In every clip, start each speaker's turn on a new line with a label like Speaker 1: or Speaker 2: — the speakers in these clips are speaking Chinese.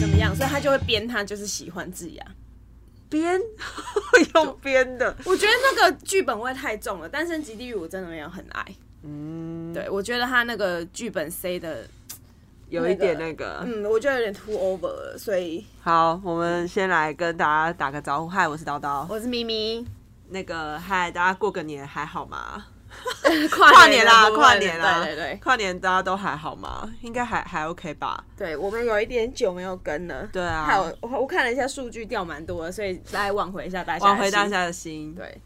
Speaker 1: 怎么样？所以他就会编他就是喜欢啊智雅。
Speaker 2: 编用编的，
Speaker 1: 我觉得那个剧本味太重了，《单身即地狱》我真的没有很爱。嗯，对，我觉得他那个剧本 C 的，
Speaker 2: 有一点那个。
Speaker 1: 嗯，我觉得有点 too over 了，所以
Speaker 2: 好，我们先来跟大家打个招呼， 嗨，我是叨叨。
Speaker 1: 我是咪咪。
Speaker 2: 那个，嗨，大家过个年还好吗？
Speaker 1: 跨
Speaker 2: 年
Speaker 1: 的
Speaker 2: 啦，
Speaker 1: 部分
Speaker 2: 跨年啦，
Speaker 1: 对对对，
Speaker 2: 跨年大家都还好吗？应该还还 OK 吧？
Speaker 1: 对我们有一点久没有跟了。
Speaker 2: 对啊
Speaker 1: 还有我我看了一下数据掉蛮多的，所以来挽回一下大家。
Speaker 2: 挽回大。家的心，
Speaker 1: 对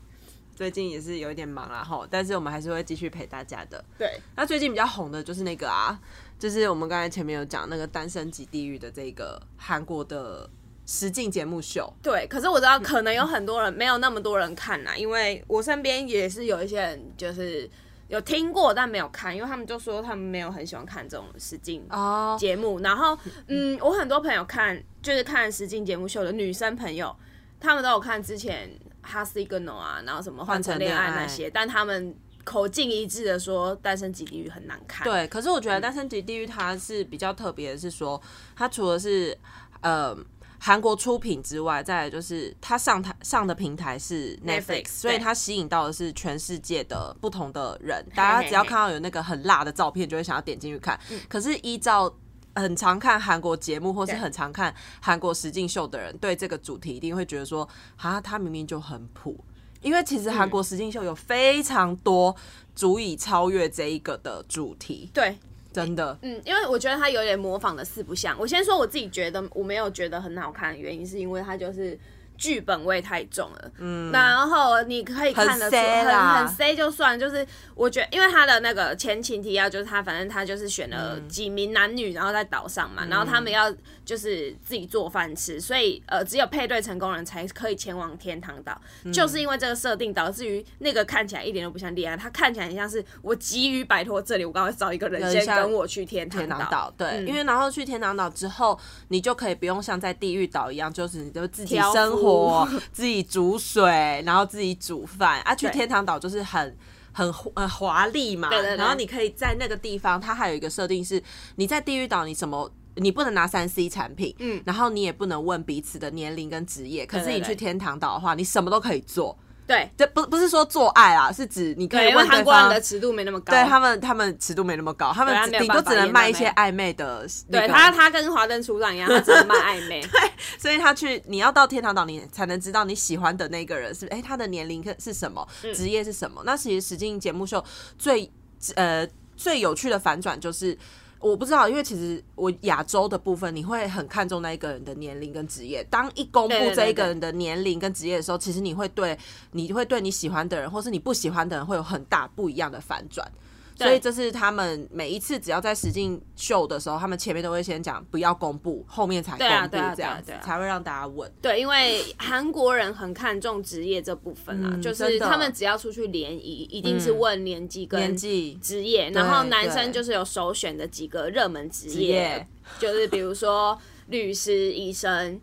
Speaker 2: 最近也是有一点忙啦吼，但是我们还是会继续陪大家的。
Speaker 1: 对，
Speaker 2: 那最近比较红的就是那个啊，就是我们刚才前面有讲那个《单身即地狱》的这个韩国的实境节目秀，
Speaker 1: 对，可是我知道可能有很多人没有那么多人看啦，因为我身边也是有一些人就是有听过但没有看，因为他们就说他们没有很喜欢看这种实境
Speaker 2: 哦，
Speaker 1: 节目。然后，嗯，我很多朋友看就是看实境节目秀的女生朋友，他们都有看之前《哈斯一个 no》啊，然后什么《换成恋爱》那些，但他们口径一致的说《单身即地狱》很难看。
Speaker 2: 对，可是我觉得《单身即地狱》它是比较特别的，是说它除了是呃韩国出品之外，再来就是它上台上的平台是
Speaker 1: Netflix，
Speaker 2: Netflix，所以
Speaker 1: 对
Speaker 2: 它吸引到的是全世界的不同的人，
Speaker 1: 嘿
Speaker 2: 大家
Speaker 1: 嘿
Speaker 2: 只要
Speaker 1: 嘿嗯
Speaker 2: 看到有那个很辣的照片，就会想要点进去看。可是依照很常看韩国节目，或是
Speaker 1: 对
Speaker 2: 很常看韩国实境秀的人，对这个主题一定会觉得说，啊，它明明就很普，因为其实
Speaker 1: 嗯
Speaker 2: 韩国实境秀有非常多足以超越这一个的主题，
Speaker 1: 对，
Speaker 2: 真的。
Speaker 1: 嗯，因为我觉得他有点模仿的四不像。我先说我自己觉得我没有觉得很好看的原因，是因为他就是剧本味太重了。嗯，然后你可以看得出
Speaker 2: 很 C
Speaker 1: 很
Speaker 2: 啦
Speaker 1: 很 C 就算，就是我觉得因为他的那个前情提要就是他反正他就是选了几名男女，然后在岛上嘛，然后他们要就是自己做饭吃，所以呃只有配对成功人才可以前往天堂岛。就是因为这个设定，导致于那个看起来一点都不像恋爱，他看起来很像是我急于摆脱这里，我赶快找一个人
Speaker 2: 人
Speaker 1: 先
Speaker 2: 像
Speaker 1: 跟我去天堂
Speaker 2: 天堂
Speaker 1: 岛。
Speaker 2: 岛，对，
Speaker 1: 嗯
Speaker 2: 因为然后去天堂岛之后，你就可以不用像在地狱岛一样，就是你就自己
Speaker 1: 挑夫
Speaker 2: 生活、 自己煮水，然后自己煮饭啊。去
Speaker 1: 对
Speaker 2: 天堂岛就是很。很呃华丽嘛，
Speaker 1: 对对对
Speaker 2: 然后你可以在那个地方，它还有一个设定是，你在地狱岛你什么你不能拿三 C 产品，嗯，然后你也不能问彼此的年龄跟职业，可是
Speaker 1: 对对
Speaker 2: 你
Speaker 1: 对
Speaker 2: 去天堂岛的话，你什么都可以做，
Speaker 1: 对
Speaker 2: 这不不是说做爱啊，是指你可
Speaker 1: 对，
Speaker 2: 以
Speaker 1: 因为
Speaker 2: 问
Speaker 1: 韩
Speaker 2: 对
Speaker 1: 国人
Speaker 2: 方
Speaker 1: 的尺度没那么高。
Speaker 2: 对他们，他们尺度没那么高，他们
Speaker 1: 对他
Speaker 2: 只
Speaker 1: 没有
Speaker 2: 顶多
Speaker 1: 办法
Speaker 2: 只能
Speaker 1: 演
Speaker 2: 卖一
Speaker 1: 暧
Speaker 2: 些
Speaker 1: 昧
Speaker 2: 暧昧的、那
Speaker 1: 对
Speaker 2: 个
Speaker 1: 他，他跟华灯初上一样，他只能卖暧 昧。
Speaker 2: 所以他去，你要到天堂岛，你才能知道你喜欢的那个人是，哎、他的年龄是是什么，
Speaker 1: 嗯
Speaker 2: 职业是什么。那其实实境节目秀最呃最有趣的反转就是。我不知道，因为其实我亚洲的部分，你会很看重那一个人的年龄跟职业。当一公布
Speaker 1: 对对对
Speaker 2: 这一个人的年龄跟职业的时候，其实你会对你会对你喜欢的人，或是你不喜欢的人，会有很大不一样的反转。所以这是他们每一次只要在实境秀的时候，他们前面都会先讲不要公布，后面才公
Speaker 1: 对啊
Speaker 2: 布
Speaker 1: 对啊
Speaker 2: 这样子
Speaker 1: 对啊对啊
Speaker 2: 才会让大家问。
Speaker 1: 对，因为韩国人很看重职业这部分啊，
Speaker 2: 嗯
Speaker 1: 就是
Speaker 2: 真的
Speaker 1: 他们只要出去联谊，一定是问年纪跟
Speaker 2: 年纪
Speaker 1: 职业，然后男
Speaker 2: 对
Speaker 1: 生就是有首选的几个热门职
Speaker 2: 业
Speaker 1: 业，就是比如说律师、医生。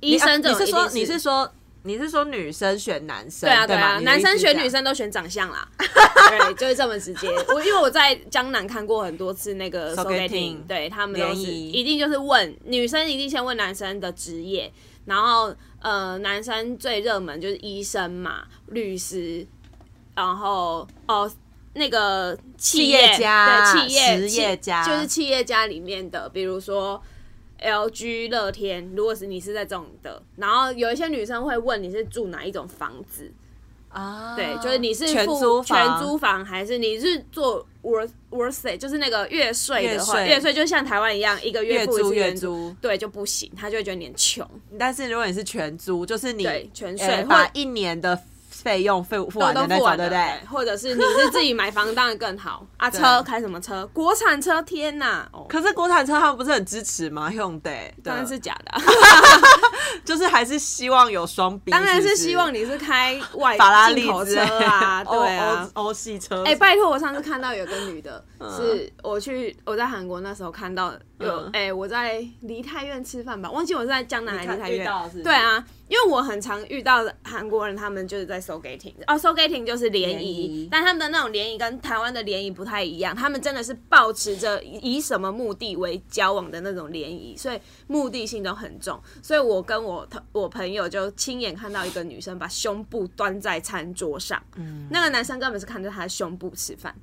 Speaker 1: 医生这
Speaker 2: 你
Speaker 1: 种
Speaker 2: 是
Speaker 1: 一定
Speaker 2: 说你是说你是说女生选男生
Speaker 1: 对啊对
Speaker 2: 对吗
Speaker 1: 啊，
Speaker 2: 你的
Speaker 1: 男
Speaker 2: 意思
Speaker 1: 生
Speaker 2: 是
Speaker 1: 选
Speaker 2: 这样
Speaker 1: 女生都选长相 啦，对，就是这么直接。我因为我在江南看过很多次那个 s o
Speaker 2: Soketing
Speaker 1: g e t i n g 对他们都是
Speaker 2: 联谊
Speaker 1: 一定就是问女生一定先问男生的职业，然后呃男生最热门就是医生嘛，律师，然后哦。那个企
Speaker 2: 企业家
Speaker 1: 对企业
Speaker 2: 实业家
Speaker 1: 企就是企业家里面的，比如说 LG 乐天，如果是你是在这种的，然后有一些女生会问你是住哪一种房子，
Speaker 2: 啊，
Speaker 1: 对，就是你是
Speaker 2: 全
Speaker 1: 付
Speaker 2: 租
Speaker 1: 全
Speaker 2: 房
Speaker 1: 租房还是你是做 worth worth it，就是那个月税的话，
Speaker 2: 月税
Speaker 1: 月税就像台湾一样，一个月
Speaker 2: 月
Speaker 1: 付一
Speaker 2: 租
Speaker 1: 次
Speaker 2: 月
Speaker 1: 原租，
Speaker 2: 租，
Speaker 1: 对就不行，他就会觉得你很穷，
Speaker 2: 但是如果你是全租，就是你
Speaker 1: 对全
Speaker 2: 呃
Speaker 1: 税
Speaker 2: 把
Speaker 1: 或
Speaker 2: 一年的费用付付
Speaker 1: 我
Speaker 2: 完
Speaker 1: 都
Speaker 2: 的那
Speaker 1: 付
Speaker 2: 种，
Speaker 1: 完
Speaker 2: 对
Speaker 1: 了，
Speaker 2: 不对？
Speaker 1: 或者是你是自己买房当然更好 啊，车开什么车？国产车，天哪，哦，
Speaker 2: 可是国产车他们不是很支持吗？用的欸
Speaker 1: 当然是
Speaker 2: 对
Speaker 1: 假的啊、
Speaker 2: 就是还是希望有双比，
Speaker 1: 当然
Speaker 2: 是
Speaker 1: 是
Speaker 2: 不
Speaker 1: 希望你是开外
Speaker 2: 法拉利
Speaker 1: 进口
Speaker 2: 之
Speaker 1: 车
Speaker 2: 类哦
Speaker 1: 啊，
Speaker 2: 欧
Speaker 1: 对啊。
Speaker 2: 欧欧系车，
Speaker 1: 哎、拜托！我上次看到有个女 的，是我去我在韩国那时候看到有，
Speaker 2: 嗯
Speaker 1: 哎、我在梨泰院吃饭吧，忘记我是在江南还是
Speaker 2: 你
Speaker 1: 梨
Speaker 2: 看
Speaker 1: 泰
Speaker 2: 遇
Speaker 1: 院
Speaker 2: 到是不是
Speaker 1: 对啊，因为我很常遇到韩国人，他们就是在 soul dating 哦，soul dating 就是联
Speaker 2: 联
Speaker 1: 谊
Speaker 2: 谊，
Speaker 1: 但他们的那种联谊跟台湾的联谊不太一样，他们真的是保持着以什么目的为交往的那种联谊，所以目的性都很重。所以我跟我同我朋友就亲眼看到一个女生把胸部端在餐桌上，
Speaker 2: 嗯
Speaker 1: 那个男生根本是看着她的胸部吃饭，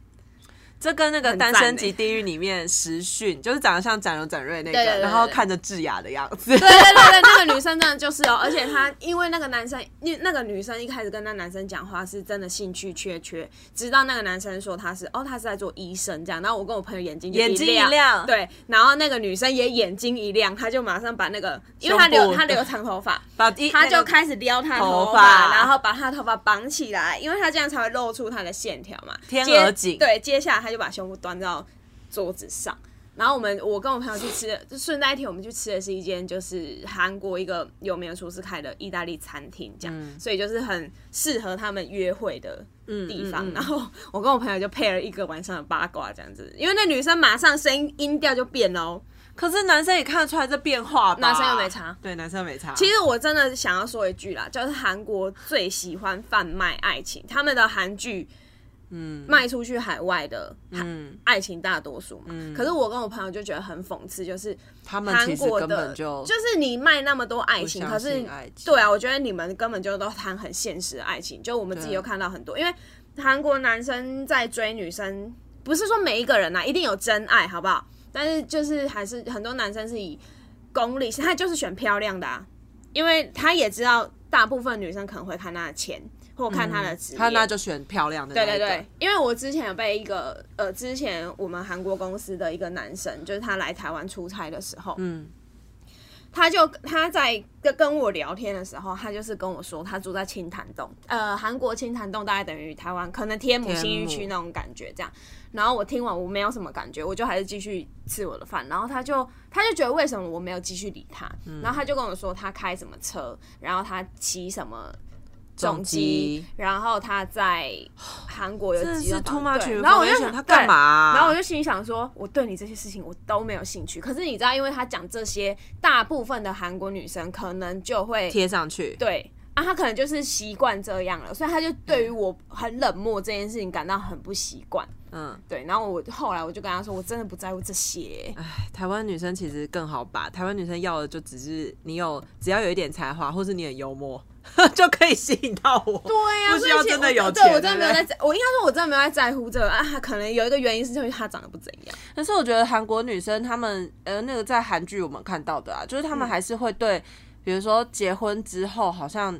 Speaker 2: 这跟那个《
Speaker 1: 赞
Speaker 2: 单身
Speaker 1: 欸
Speaker 2: 级地狱》里面时训，就是长得像展荣展瑞那个，
Speaker 1: 对对对
Speaker 2: 然后
Speaker 1: 对
Speaker 2: 看着智雅的样子。
Speaker 1: 对对对对，那个女生真的就是哦，而且她因为那个男生，那那个女生一开始跟那男生讲话是真的兴趣缺缺，直到那个男生说他是哦，他是在做医生这样，然后我跟我朋友眼睛就
Speaker 2: 眼睛一
Speaker 1: 亮，
Speaker 2: 亮
Speaker 1: 对，然后那个女生也眼睛一亮，她就马上把那个，因为她
Speaker 2: 胸
Speaker 1: 留
Speaker 2: 部
Speaker 1: 她留长头发。
Speaker 2: 把一
Speaker 1: 她
Speaker 2: 那
Speaker 1: 就
Speaker 2: 个
Speaker 1: 开始撩她头
Speaker 2: 头
Speaker 1: 发，
Speaker 2: 发
Speaker 1: 然后把她头发绑起来，因为她这样才会露出她的线条嘛。
Speaker 2: 天
Speaker 1: 接
Speaker 2: 鹅颈
Speaker 1: 对，接下来她就把胸部端到桌子上，然后我们我跟我朋友去吃的，就顺带一提，我们去吃的是一间就是韩国一个有名的厨师开的意大利餐厅，这样，所以就是很适合他们约会的地方。
Speaker 2: 嗯嗯嗯嗯
Speaker 1: 然后我跟我朋友就配了一个晚上的八卦这样子，因为那女生马上声音音调就变了哦。
Speaker 2: 可是男生也看得出来这变化吧？
Speaker 1: 男生又没差
Speaker 2: 对，男生又没差。
Speaker 1: 其实我真的想要说一句啦，就是韩国最喜欢贩卖爱情，他们的韩剧，嗯，卖出去海外的韩
Speaker 2: 嗯，
Speaker 1: 爱情大多数嘛。可是我跟我朋友就觉得很讽刺，就是
Speaker 2: 他们
Speaker 1: 韩
Speaker 2: 其实
Speaker 1: 国
Speaker 2: 根
Speaker 1: 的
Speaker 2: 本就
Speaker 1: 就是你卖那么多爱情，
Speaker 2: 不
Speaker 1: 可
Speaker 2: 相
Speaker 1: 是
Speaker 2: 信爱情
Speaker 1: 对啊，我觉得你们根本就都谈很现实的爱情，就我们自己
Speaker 2: 对
Speaker 1: 有看到很多，因为韩国男生在追女生，不是说每一个人呐、啊，一定有真爱，好不好？但是就是还是很多男生是以功利，他就是选漂亮的、啊，因为他也知道大部分女生可能会看他的钱或看他的职业、
Speaker 2: 嗯他那就选漂亮的那
Speaker 1: 对
Speaker 2: 一个。
Speaker 1: 对对，因为我之前有被一个呃，之前我们韩国公司的一个男生，就是他来台湾出差的时候，
Speaker 2: 嗯，
Speaker 1: 他就他在跟跟我聊天的时候，他就是跟我说，他住在青潭洞，呃，韩国青潭洞大概等于台湾可能天母
Speaker 2: 天母
Speaker 1: 新一区那种感觉这样。然后我听完我没有什么感觉，我就还是继续吃我的饭。然后他就他就觉得为什么我没有继续理他，
Speaker 2: 嗯
Speaker 1: 然后他就跟我说他开什么车，然后他骑什么。重
Speaker 2: 重
Speaker 1: 机
Speaker 2: 机，
Speaker 1: 然后他在韩国有
Speaker 2: 真的
Speaker 1: 几个
Speaker 2: 是 too
Speaker 1: 房
Speaker 2: much
Speaker 1: 对，然后我就
Speaker 2: information，他干嘛啊
Speaker 1: 对然后我就心里想说，我对你这些事情我都没有兴趣。可是你知道，因为他讲这些，大部分的韩国女生可能就会
Speaker 2: 贴上去。
Speaker 1: 对啊，她可能就是习惯这样了，所以她就对于我很冷漠这件事情感到很不习惯。
Speaker 2: 嗯，
Speaker 1: 对，然后我后来我就跟她说，我真的不在乎这些。
Speaker 2: 唉台湾女生其实更好把，台湾女生要的就只是你有，只要有一点才华，或是你很幽默， 就可以吸引到我。
Speaker 1: 对呀、
Speaker 2: 不
Speaker 1: 所
Speaker 2: 需
Speaker 1: 以
Speaker 2: 要
Speaker 1: 其实
Speaker 2: 真的
Speaker 1: 我
Speaker 2: 有
Speaker 1: 对我
Speaker 2: 钱
Speaker 1: 真的没有
Speaker 2: 对不
Speaker 1: 在在，我应该说我真的没有在在乎这个啊。她可能有一个原因是因为她长得不怎样。
Speaker 2: 可是我觉得韩国女生她们，呃，那个在韩剧我们看到的啊，就是她
Speaker 1: 嗯
Speaker 2: 们还是会对，比如说结婚之后，好像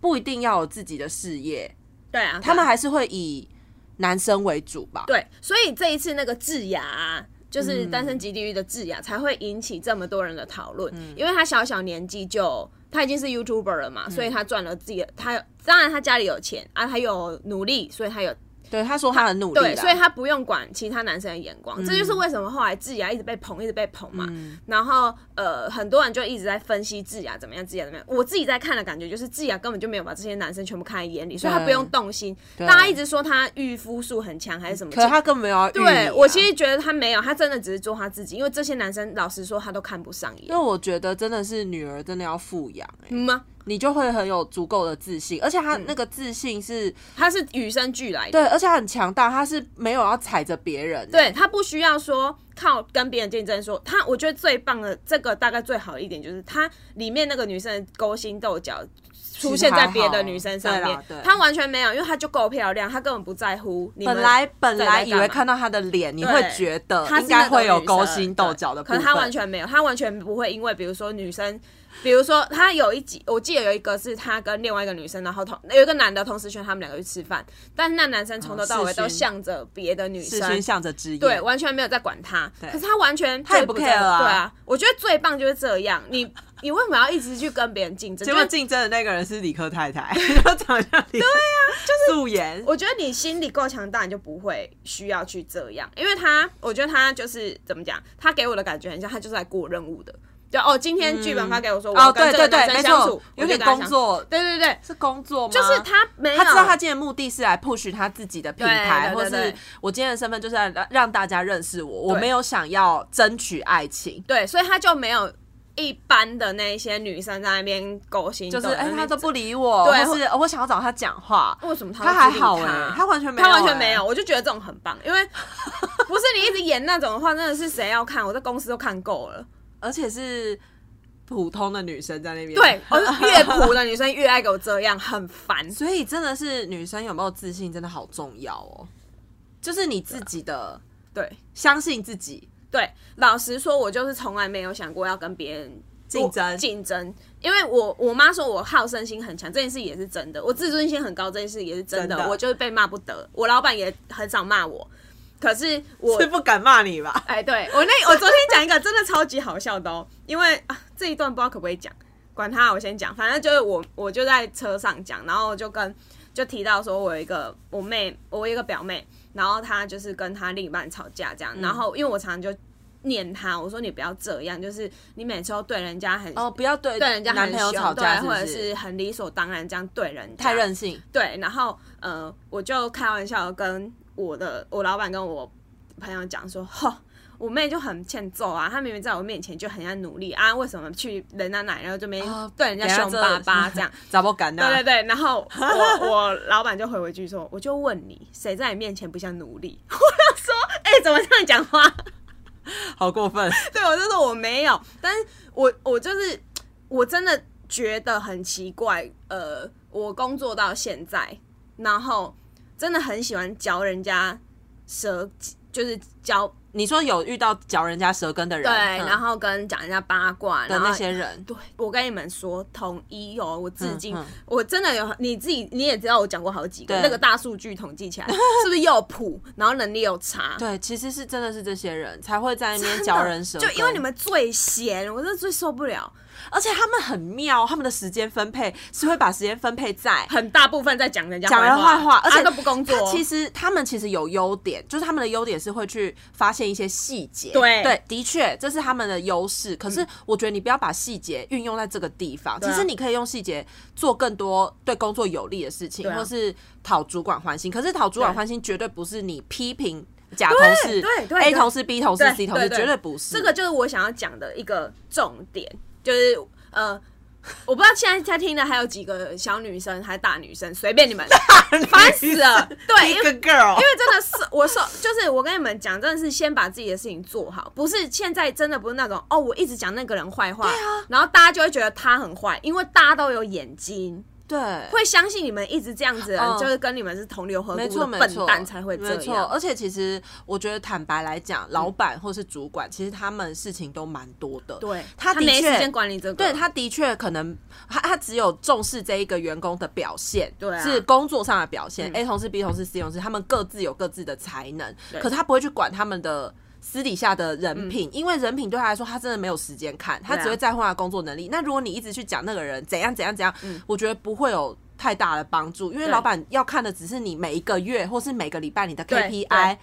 Speaker 2: 不一定要有自己的事业，
Speaker 1: 对啊，
Speaker 2: 她
Speaker 1: 对啊
Speaker 2: 们还是会以男生为主吧。
Speaker 1: 对，所以这一次那个智雅、啊。
Speaker 2: 嗯
Speaker 1: 就是《单身级地狱》的智雅才会引起这么多人的讨论，
Speaker 2: 嗯
Speaker 1: 因为她小小年纪就她已经是 YouTuber 了嘛，所
Speaker 2: 嗯
Speaker 1: 以她赚了自己的，她当然她家里有钱啊，她有努力，所以她有
Speaker 2: 对，她说她很努力啦，
Speaker 1: 对，
Speaker 2: 嗯
Speaker 1: 所以她不用管其他男生的眼光，这就是为什么后来智雅一直被捧，一直被捧嘛。然后呃，很多人就一直在分析智雅怎么样，智雅怎么样。我自己在看的感觉就是智雅根本就没有把这些男生全部看在眼里，所以她不用动心。大家一直说她御夫术很强还是什么，
Speaker 2: 可是她根本没有要、啊。
Speaker 1: 对我其实觉得他没有，他真的只是做他自己，因为这些男生老实说他都看不上
Speaker 2: 因
Speaker 1: 眼
Speaker 2: 为。我觉得真的是女儿真的要富养、欸
Speaker 1: 嗯吗？
Speaker 2: 你就会很有足够的自信，而且她那个自信是、
Speaker 1: 他是与生俱来的，
Speaker 2: 对，而且她很强大，她是没有要踩着别人、欸
Speaker 1: 对他不需要说靠跟别人竞争说他我觉得最棒的这个大概最好的一点就是他里面那个女生的勾心斗角出现在别的女生上
Speaker 2: 对
Speaker 1: 面
Speaker 2: 啦对，
Speaker 1: 他完全没有，因为他就够漂亮，他根本不在乎你们
Speaker 2: 本来本
Speaker 1: 在
Speaker 2: 来
Speaker 1: 干
Speaker 2: 以
Speaker 1: 嘛
Speaker 2: 为看到她的脸，你
Speaker 1: 对
Speaker 2: 会觉得
Speaker 1: 他
Speaker 2: 应该会有勾心斗角的部
Speaker 1: 可
Speaker 2: 分，
Speaker 1: 是他完全没有，他完全不会因为比如说女生，比如说他有一集，我记得有一个是他跟另外一个女生，然后同有一个男的同时劝他们两个去吃饭，但是那男生从头到尾
Speaker 2: 哦世勋
Speaker 1: 都向着别的女
Speaker 2: 是
Speaker 1: 生。
Speaker 2: 熏向着之意。
Speaker 1: 对，完全没有在管他，可是他完全
Speaker 2: 他也
Speaker 1: 就
Speaker 2: 不
Speaker 1: 在
Speaker 2: care 啊
Speaker 1: 对啊，我觉得最棒就是这样，你 你为什么要一直去跟别人竞争？
Speaker 2: 结果
Speaker 1: 就是
Speaker 2: 竞争的那个人是理科太 太，然后长得像
Speaker 1: 啊
Speaker 2: 理科，对呀、就是素颜。
Speaker 1: 我觉得你心理够强大，你就不会需要去这样，因为他，我觉得他就是怎么讲，他给我的感觉很像他就是来过任务的，就哦，今天剧本发给我说我要
Speaker 2: 哦，
Speaker 1: 跟
Speaker 2: 对
Speaker 1: 这个
Speaker 2: 对
Speaker 1: 男
Speaker 2: 对，
Speaker 1: 生
Speaker 2: 没
Speaker 1: 相处
Speaker 2: 错，，
Speaker 1: 我就
Speaker 2: 有点
Speaker 1: 跟他
Speaker 2: 工
Speaker 1: 相处，
Speaker 2: 作，
Speaker 1: 对对对，
Speaker 2: 是工作吗？
Speaker 1: 就是他没有，
Speaker 2: 他知道他今天的目的是来 push 他自己的品牌，
Speaker 1: 对对对
Speaker 2: 或是
Speaker 1: 对
Speaker 2: 我今天的身份就是来让让大家认识我，我
Speaker 1: 对
Speaker 2: 没有想要争取爱情。
Speaker 1: 对，所以他就没有一般的那一些女生在那边勾心斗
Speaker 2: 就
Speaker 1: 角，
Speaker 2: 是哎、他
Speaker 1: 那
Speaker 2: 都
Speaker 1: 边
Speaker 2: 不理我，
Speaker 1: 对
Speaker 2: 或是哦我想要找他讲话，
Speaker 1: 为什么
Speaker 2: 他
Speaker 1: 他
Speaker 2: 还
Speaker 1: 会
Speaker 2: 好
Speaker 1: 不理
Speaker 2: 哎、
Speaker 1: 他
Speaker 2: 他完全没有、
Speaker 1: 他完全没
Speaker 2: 哎
Speaker 1: 有，。我就觉得这种很棒，因为不是你一直演那种的话，真的是谁要看？我在公司都看够了。
Speaker 2: 而且是普通的女生在那边。
Speaker 1: 对，我是 越普的女生越爱给我这样，很烦。
Speaker 2: 所以真的是女生有没有自信真的好重要哦，就是你自己的
Speaker 1: 对
Speaker 2: 相信自己，
Speaker 1: 对，老实说，我就是从来没有想过要跟别人
Speaker 2: 竞争
Speaker 1: 竞争，因为我我妈说我好胜心很强，这件事也是真的，我自尊心很高，这件事也是真的，
Speaker 2: 真的
Speaker 1: 我就是被骂不得，我老板也很少骂我，可是我
Speaker 2: 是不敢骂你吧？
Speaker 1: 哎，对我那我昨天讲一个真的超级好笑的哦，因为啊这一段不知道可不可以讲，管他，我先讲，反正就是我我就在车上讲，然后就跟就提到说我有一个我妹，我有一个表妹，然后她就是跟她另一半吵架这
Speaker 2: 嗯
Speaker 1: 样，然后因为我常常就念她，我说你不要这样，就是你每次都对人家很。
Speaker 2: 哦，不要对啊
Speaker 1: 对人家
Speaker 2: 男
Speaker 1: 很
Speaker 2: 朋友
Speaker 1: 凶
Speaker 2: 吵架，
Speaker 1: 对，
Speaker 2: 不
Speaker 1: 或者是很理所当然这样对人家，
Speaker 2: 太任性。
Speaker 1: 对，然后呃，我就开玩笑跟我的我老板跟我朋友讲说，吼，我妹就很欠揍啊，她明明在我面前就很想努力啊，为什么去人家奶，然后就没
Speaker 2: 哦
Speaker 1: 对人家凶巴巴这样？，
Speaker 2: 咋不敢呢？
Speaker 1: 对对对，然后我我老板就回我一句说，我就问你，谁在你面前不像努力？ 我就说，哎、怎么这样讲话？
Speaker 2: 好过分。
Speaker 1: 对，我就说我没有，但是我我就是我真的觉得很奇怪，呃，我工作到现在，然后真的很喜欢嚼人家舌，就是嚼
Speaker 2: 你说有遇到嚼人家舌根的人，
Speaker 1: 对，
Speaker 2: 嗯
Speaker 1: 然后跟讲人家八卦，
Speaker 2: 的
Speaker 1: 然后
Speaker 2: 那些人，
Speaker 1: 对，我跟你们说，统一哦，我至今、
Speaker 2: 嗯嗯
Speaker 1: 我真的有你自己你也知道，我讲过好几个
Speaker 2: 对
Speaker 1: 那个大数据统计起 来，是不是又普，然后能力又差，
Speaker 2: 对，其实是真的是这些人才会在那边嚼人舌
Speaker 1: 就
Speaker 2: 根，
Speaker 1: 因为你们最闲，我真的最受不了。
Speaker 2: 而且他们很妙，他们的时间分配是会把时间分配在
Speaker 1: 很大部分在讲人家
Speaker 2: 讲人坏话，而且
Speaker 1: 他都不工作
Speaker 2: 他。其实他们其实有优点，就是他们的优点是会去发现一些细节。
Speaker 1: 对嗯
Speaker 2: 对，的确这是他们的优势。可是我觉得你不要把细节运用在这个地方，
Speaker 1: 对
Speaker 2: 其
Speaker 1: 啊
Speaker 2: 实你可以用细节做更多对工作有利的事情，
Speaker 1: 对啊
Speaker 2: 或是讨主管欢心。可是讨主管
Speaker 1: 对
Speaker 2: 欢心绝对不是你批评甲同事、
Speaker 1: 对对
Speaker 2: A
Speaker 1: 对
Speaker 2: 同事、B 同事、
Speaker 1: 对
Speaker 2: C 同
Speaker 1: 对
Speaker 2: 事，
Speaker 1: 对
Speaker 2: 绝对不是
Speaker 1: 这个。就是我想要讲的一个重点，就是呃，我不知道现在在听的还有几个小女生还是大女生，随便你 们，烦死了。对，因为
Speaker 2: 一个 girl，
Speaker 1: 因为真的是我说，就是我跟你们讲，真的是先把自己的事情做好，不是现在真的不是那种哦，我一直讲那个人坏话，
Speaker 2: 啊
Speaker 1: 然后大家就会觉得他很坏，因为大家都有眼睛。
Speaker 2: 对。
Speaker 1: 会相信你们一直这样子的人，
Speaker 2: 嗯
Speaker 1: 就是跟你们是同流合
Speaker 2: 没
Speaker 1: 污
Speaker 2: 错，
Speaker 1: 的
Speaker 2: 没
Speaker 1: 笨
Speaker 2: 错，
Speaker 1: 蛋才会这样。嗯
Speaker 2: 没错，而且其实我觉得，坦白来讲，老板或是主管，其实他们事情都蛮多的。
Speaker 1: 对，
Speaker 2: 他的
Speaker 1: 没时
Speaker 2: 确
Speaker 1: 间管理这个，
Speaker 2: 对，他的确可能他他只有重视这一个员工的表现，
Speaker 1: 对啊嗯
Speaker 2: 是工作上的表现。A 同事、B 同事、C 同事，他们各自有各自的才能，
Speaker 1: 对嗯
Speaker 2: 可是他不会去管他们的。私底下的人品，因为人品对他来说，他真的没有时间看，他
Speaker 1: 对啊
Speaker 2: 只会在乎他的工作能力。那如果你一直去讲那个人怎样怎样怎样，我觉得不会有太大的帮助，因为
Speaker 1: 嗯对
Speaker 2: 老板要看的只是你每一个月或是每个礼拜你的
Speaker 1: 对
Speaker 2: KPI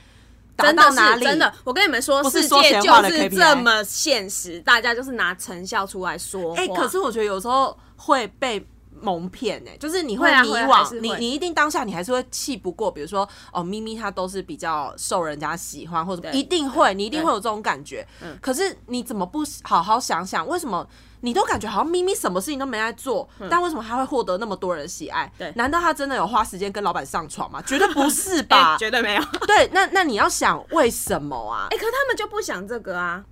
Speaker 2: 达
Speaker 1: 真的
Speaker 2: 到
Speaker 1: 是
Speaker 2: 哪里，
Speaker 1: 真的，我跟你们说，
Speaker 2: 不是
Speaker 1: 世
Speaker 2: 说
Speaker 1: 界
Speaker 2: 闲话
Speaker 1: 就
Speaker 2: 的
Speaker 1: 是
Speaker 2: KPI
Speaker 1: 这么现实，大家就是拿成效出来说话。
Speaker 2: 哎、可是我觉得有时候会被蒙骗哎、就是你会
Speaker 1: 会啊
Speaker 2: 迷
Speaker 1: 会啊
Speaker 2: 惘，
Speaker 1: 还是
Speaker 2: 你
Speaker 1: 会
Speaker 2: 你一定当下你还是会气不过，比如说哦，咪咪她都是比较受人家喜欢，或者
Speaker 1: 对嗯
Speaker 2: 一定会，你一定会有这种感觉。可是你怎么不好好想想，为什么？你都感觉好像咪咪什么事情都没在做，但为什么她会获得那么多人喜爱？
Speaker 1: 嗯对
Speaker 2: 难道她真的有花时间跟老板上床吗？绝对不是
Speaker 1: 哎、？
Speaker 2: 吧
Speaker 1: 绝对没有。哎、
Speaker 2: 对，那那你要想为什么啊？
Speaker 1: 可是他们就不想这个 啊。